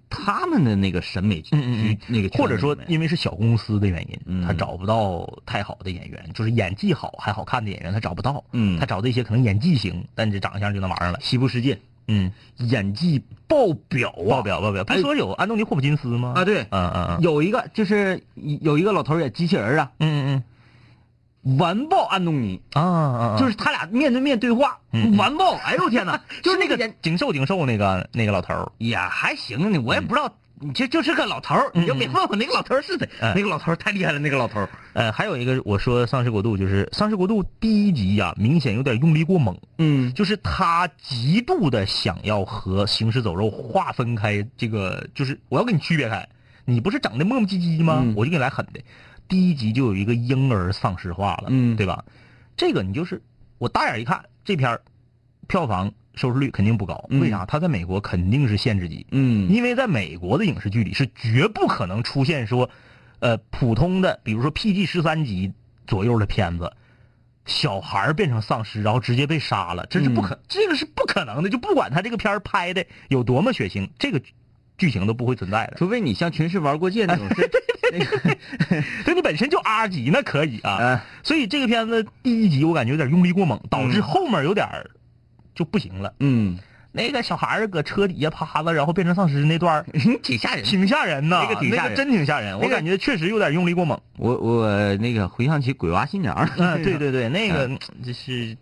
[SPEAKER 3] 他们的那个审美区、
[SPEAKER 4] 嗯嗯嗯
[SPEAKER 3] 那个圈子
[SPEAKER 4] 或者说
[SPEAKER 3] 里面
[SPEAKER 4] 因为是小公司的原因，
[SPEAKER 3] 嗯
[SPEAKER 4] 他找不到太好的演员，就是演技好还好看的演员他找不到，
[SPEAKER 3] 嗯
[SPEAKER 4] 他找的一些可能演技行，但这长相就那玩意儿了，
[SPEAKER 3] 西部世界
[SPEAKER 4] 嗯，
[SPEAKER 3] 演技爆表啊，
[SPEAKER 4] 爆表爆表，不是说有安东尼霍普金斯吗？
[SPEAKER 3] 啊！对，
[SPEAKER 4] 嗯嗯嗯
[SPEAKER 3] 有一个就是有一个老头儿演机器人儿啊，
[SPEAKER 4] 嗯嗯
[SPEAKER 3] 完爆安东尼，
[SPEAKER 4] 嗯啊啊，
[SPEAKER 3] 就是他俩面对面对话，
[SPEAKER 4] 嗯嗯
[SPEAKER 3] 完爆！哎呦天 哪，就是那个人
[SPEAKER 4] 景瘦景瘦那个那个老头儿
[SPEAKER 3] 也还行呢，我也不知道，你这就是个老头儿，你就别问我那个老头儿是谁，
[SPEAKER 4] 嗯
[SPEAKER 3] 那个老头儿太厉害了，那个老头儿，
[SPEAKER 4] 呃，还有一个我说《丧尸国度》，就是《丧尸国度》第一集呀、明显有点用力过猛，
[SPEAKER 5] Mm.
[SPEAKER 3] 嗯，
[SPEAKER 4] 就是他极度的想要和《行尸走肉》划分开，这个就是我要给你区别开，你不是整的磨磨唧唧吗？
[SPEAKER 3] 嗯
[SPEAKER 4] 我就给你来狠的。第一集就有一个婴儿丧尸化了，
[SPEAKER 3] 嗯
[SPEAKER 4] 对吧？这个你就是我大眼一看，这片儿票房收视率肯定不高，
[SPEAKER 3] 嗯
[SPEAKER 4] 为啥？它在美国肯定是限制级，
[SPEAKER 3] 嗯
[SPEAKER 4] 因为在美国的影视剧里是绝不可能出现说，呃，普通的，比如说 PG 十三级左右的片子，小孩儿变成丧尸，然后直接被杀了，这是不可，
[SPEAKER 3] 嗯
[SPEAKER 4] 这个是不可能的。就不管他这个片儿拍的有多么血腥，这个剧情都不会存在的。
[SPEAKER 3] 除非你像《群尸玩过界》那种是，那个
[SPEAKER 4] 所以你本身就 R 级，那可以啊。
[SPEAKER 3] 啊，
[SPEAKER 4] 所以这个片子第一集我感觉有点用力过猛，导致
[SPEAKER 3] 嗯
[SPEAKER 4] 后面有点儿就不行了。
[SPEAKER 3] 嗯，
[SPEAKER 4] 那个小孩儿搁车底下趴着，然后变成丧尸 那段儿
[SPEAKER 3] 嗯挺吓人的。
[SPEAKER 4] 挺吓人呐，
[SPEAKER 3] 那个挺吓人
[SPEAKER 4] 真挺吓人。
[SPEAKER 3] 那
[SPEAKER 4] 我
[SPEAKER 3] 个
[SPEAKER 4] 感觉确实有点用力 过猛。
[SPEAKER 3] 我我那个回想起《鬼娃新娘》
[SPEAKER 4] 啊，对对对，那个
[SPEAKER 3] 嗯
[SPEAKER 4] 就是，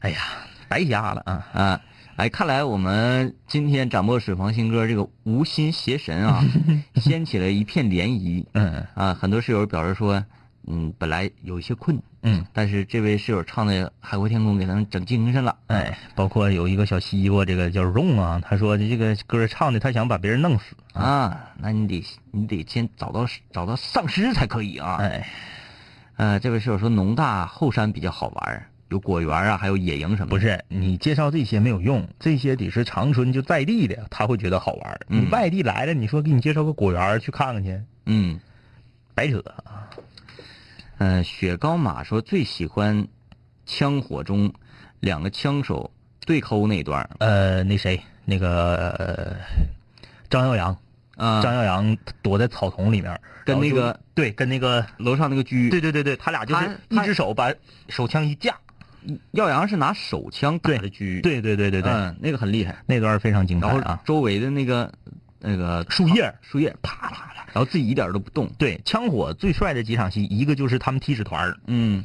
[SPEAKER 4] 哎呀，白瞎了啊！
[SPEAKER 3] 啊，哎，看来我们今天掌握水房新歌这个无心邪神 啊，掀起了一片涟漪
[SPEAKER 4] 嗯
[SPEAKER 3] 啊！很多室友表示说，嗯，本来有一些困，
[SPEAKER 4] 嗯，
[SPEAKER 3] 但是这位室友唱的《海阔天空》给他们整精神了，
[SPEAKER 4] 哎，包括有一个小西瓜，这个叫 Ron 啊，他说这个歌唱的他想把别人弄死。
[SPEAKER 3] 啊，那你得你得先找到找到丧尸才可以啊！
[SPEAKER 4] 哎，
[SPEAKER 3] 呃，这位室友说农大后山比较好玩儿，有果园啊，还有野营什么的。
[SPEAKER 4] 不是你介绍这些没有用，这些得是长春就在地的，他会觉得好玩儿。
[SPEAKER 3] 嗯
[SPEAKER 4] 你外地来了，你说给你介绍个果园儿去看看去，
[SPEAKER 3] 嗯，
[SPEAKER 4] 白扯。啊
[SPEAKER 3] 呃，雪糕马说最喜欢枪火中两个枪手对抠那段儿
[SPEAKER 4] 呃，那谁，那个、呃张耀扬，
[SPEAKER 3] 啊，
[SPEAKER 4] 张耀扬躲在草丛里面，
[SPEAKER 3] 跟
[SPEAKER 4] 然后
[SPEAKER 3] 那
[SPEAKER 4] 就
[SPEAKER 3] 个
[SPEAKER 4] 对，跟那个
[SPEAKER 3] 楼上那个狙，
[SPEAKER 4] 对对对对，他俩就是
[SPEAKER 3] 他
[SPEAKER 4] 一
[SPEAKER 3] 他嗯
[SPEAKER 4] 只手把手枪一架。
[SPEAKER 3] 耀阳是拿手枪打的狙，
[SPEAKER 4] 对对对对对，
[SPEAKER 3] 嗯，那个很厉害。
[SPEAKER 4] 那段非常精彩
[SPEAKER 3] 然后
[SPEAKER 4] 啊！
[SPEAKER 3] 周围的那个那个
[SPEAKER 4] 树叶儿
[SPEAKER 3] 树叶啪啪啪，然后自己一点儿都不动。
[SPEAKER 4] 对，枪火最帅的几场戏，一个就是他们踢纸团儿
[SPEAKER 3] 嗯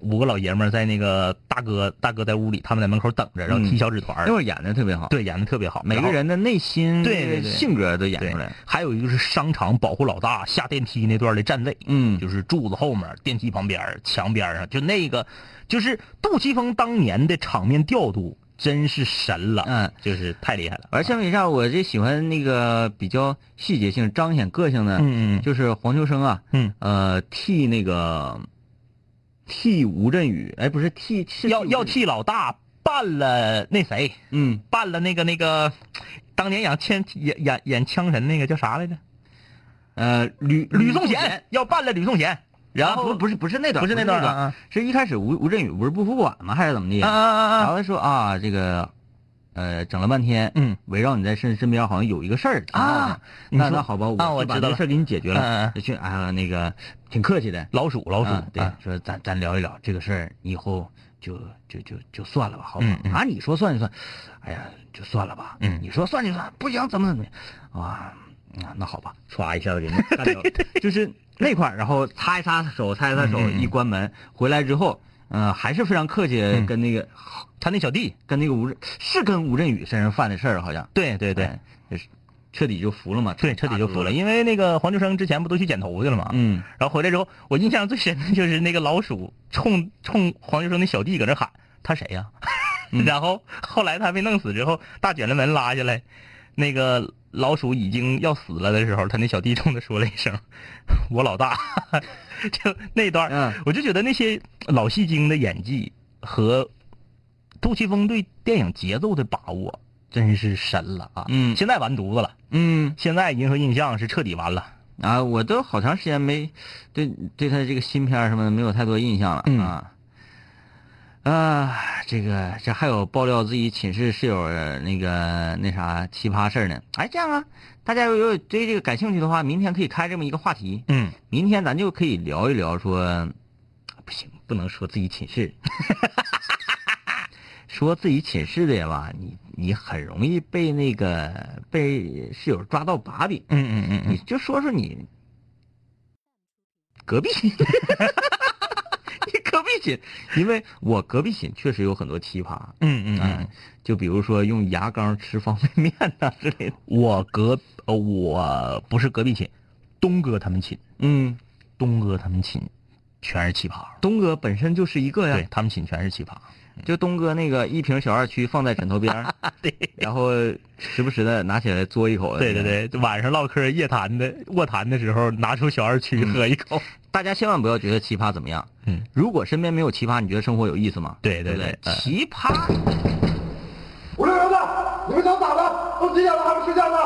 [SPEAKER 4] 五个老爷们儿在那个大哥大哥在屋里，他们在门口等着，然后踢小纸团儿
[SPEAKER 3] 那会儿演的特别好，
[SPEAKER 4] 对，演的特别好。
[SPEAKER 3] 嗯每
[SPEAKER 4] 然
[SPEAKER 3] 个
[SPEAKER 4] 后
[SPEAKER 3] 人的内心、
[SPEAKER 4] 对对对
[SPEAKER 3] 性格都演
[SPEAKER 4] 对
[SPEAKER 3] 出来了。，
[SPEAKER 4] 还有一个是商场保护老大下电梯那段的站位，
[SPEAKER 3] 嗯
[SPEAKER 4] 就是柱子后面、电梯旁边儿、墙边儿上，就那个，就是杜琪峰当年的场面调度真是神了，
[SPEAKER 3] 嗯，
[SPEAKER 4] 就是太厉害了。
[SPEAKER 3] 而相比下，我这喜欢那个比较细节性、彰显个性的，
[SPEAKER 4] 嗯嗯
[SPEAKER 3] 就是黄秋生啊，
[SPEAKER 4] 嗯，
[SPEAKER 3] 呃，替那个替吴镇宇，哎，不是替是
[SPEAKER 4] 要
[SPEAKER 3] 吴
[SPEAKER 4] 要
[SPEAKER 3] 镇宇，
[SPEAKER 4] 替老大办了那谁，
[SPEAKER 3] 嗯，
[SPEAKER 4] 办了那个那个，当年演枪演演演枪神那个叫啥来着？
[SPEAKER 3] 呃，吕
[SPEAKER 4] 吕颂
[SPEAKER 3] 贤，
[SPEAKER 4] 贤要办了吕颂贤，然
[SPEAKER 3] 啊
[SPEAKER 4] 后
[SPEAKER 3] 不不是不是那段，
[SPEAKER 4] 不是那段啊啊
[SPEAKER 3] 是一开始吴吴镇宇不是不服管吗？还是怎么地？
[SPEAKER 4] 啊啊啊
[SPEAKER 3] 然
[SPEAKER 4] 啊！
[SPEAKER 3] 后他说啊，这个呃，整了半天，
[SPEAKER 4] 嗯，
[SPEAKER 3] 围绕你在身身边好像有一个事儿挺闹腾
[SPEAKER 4] 啊
[SPEAKER 3] 那
[SPEAKER 4] 你说
[SPEAKER 3] 那好吧，
[SPEAKER 4] 啊我
[SPEAKER 3] 就把
[SPEAKER 4] 知道
[SPEAKER 3] 这
[SPEAKER 4] 了
[SPEAKER 3] 事儿给你解决
[SPEAKER 4] 嗯嗯
[SPEAKER 3] 了，就去啊那个挺客气的，
[SPEAKER 4] 老鼠老鼠
[SPEAKER 3] 啊，对
[SPEAKER 4] 啊，
[SPEAKER 3] 说咱咱聊一聊这个事儿，以后就就就就算了吧，好吧
[SPEAKER 4] 嗯？嗯
[SPEAKER 3] 啊，你说算就算，哎呀，就算了吧，
[SPEAKER 4] 嗯
[SPEAKER 3] 你说算就算，不行怎么怎么样啊？啊那好吧，歘一下子给你干掉了， 就是那块儿，然后擦一擦手，擦一擦手，
[SPEAKER 4] 嗯嗯嗯
[SPEAKER 3] 一关门回来之后，呃，还是非常客气，
[SPEAKER 4] 嗯
[SPEAKER 3] 跟那个
[SPEAKER 4] 他那小弟，
[SPEAKER 3] 跟那个吴镇是跟吴镇宇身上犯的事儿，好像
[SPEAKER 4] 对对对
[SPEAKER 3] 哎就是彻底就服了嘛，
[SPEAKER 4] 对，彻底就服了，
[SPEAKER 3] 大哥
[SPEAKER 4] 因为那个黄秋生之前不都去剪头去了嘛，
[SPEAKER 3] 嗯
[SPEAKER 4] 然后回来之后，我印象最深的就是那个老鼠冲冲黄秋生那小弟搁那喊他谁呀、 然后后来他被弄死之后，大卷帘门拉下来，那个老鼠已经要死了的时候，他那小弟冲他说了一声“我老大”， 就那段儿，
[SPEAKER 3] 嗯
[SPEAKER 4] 我就觉得那些老戏精的演技和杜琪峰对电影节奏的把握真是神了啊！
[SPEAKER 3] 嗯
[SPEAKER 4] 现在完犊子了，
[SPEAKER 3] 嗯
[SPEAKER 4] 现在银河印象是彻底完了。
[SPEAKER 3] 啊，我都好长时间没对对他这个新片儿什么的没有太多印象了、
[SPEAKER 4] 嗯
[SPEAKER 3] 啊。啊，这个这还有爆料自己寝室室友呃那个那啥奇葩事儿呢。哎，这样啊，大家如果对这个感兴趣的话，明天可以开这么一个话题。
[SPEAKER 4] 嗯，
[SPEAKER 3] 明天咱就可以聊一聊说，不行，不能说自己寝室， 说自己寝室的吧，你你很容易被那个被室友抓到把柄。
[SPEAKER 4] 嗯嗯嗯
[SPEAKER 3] 你就说说你隔壁， 你隔壁寝，因为我隔壁寝确实有很多奇葩，哎
[SPEAKER 4] 嗯嗯嗯，
[SPEAKER 3] 就比如说用牙缸吃方便面呐、之类的，
[SPEAKER 4] 我隔呃我不是隔壁寝，东哥他们寝，
[SPEAKER 3] 嗯，
[SPEAKER 4] 东哥他们寝全是奇葩，
[SPEAKER 3] 东哥本身就是一个
[SPEAKER 4] 对啊
[SPEAKER 3] 呀，
[SPEAKER 4] 他们寝全是奇葩。
[SPEAKER 3] 就东哥那个一瓶小二曲放在枕头边儿
[SPEAKER 4] 对，
[SPEAKER 3] 然后时不时的拿起来嘬一口，
[SPEAKER 4] 对对对，晚上唠嗑夜谈的卧谈的时候，拿出小二曲喝一口。
[SPEAKER 3] 哦大家千万不要觉得奇葩怎么样。
[SPEAKER 4] 嗯，
[SPEAKER 3] 如果身边没有奇葩，你觉得生活有意思吗？
[SPEAKER 4] 对
[SPEAKER 3] 对
[SPEAKER 4] 对
[SPEAKER 3] 不
[SPEAKER 4] 对嗯
[SPEAKER 3] 奇葩。
[SPEAKER 5] 我说儿子，你们想咋的？都几点了还不睡觉呢？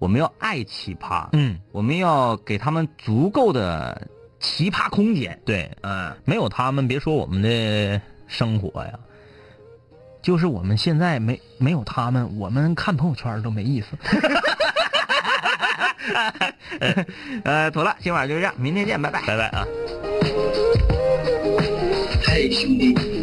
[SPEAKER 3] 我们要爱奇葩，
[SPEAKER 4] 嗯，
[SPEAKER 3] 我们要给他们足够的奇葩空间。
[SPEAKER 4] 对，
[SPEAKER 3] 嗯
[SPEAKER 4] 没有他们，别说我们的生活呀，就是我们现在没没有他们，我们看朋友圈都没意思。
[SPEAKER 3] 呃，妥了，今晚就这样，明天见，拜拜。
[SPEAKER 4] 拜拜啊。
[SPEAKER 6] 嘿，兄弟，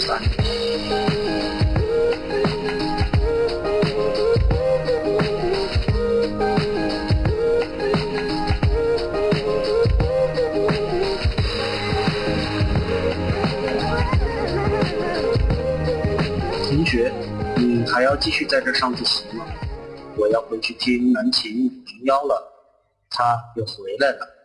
[SPEAKER 6] 三。同学，你还要继续在这儿上自习吗？我要回去听南琴零幺了，他又回来了。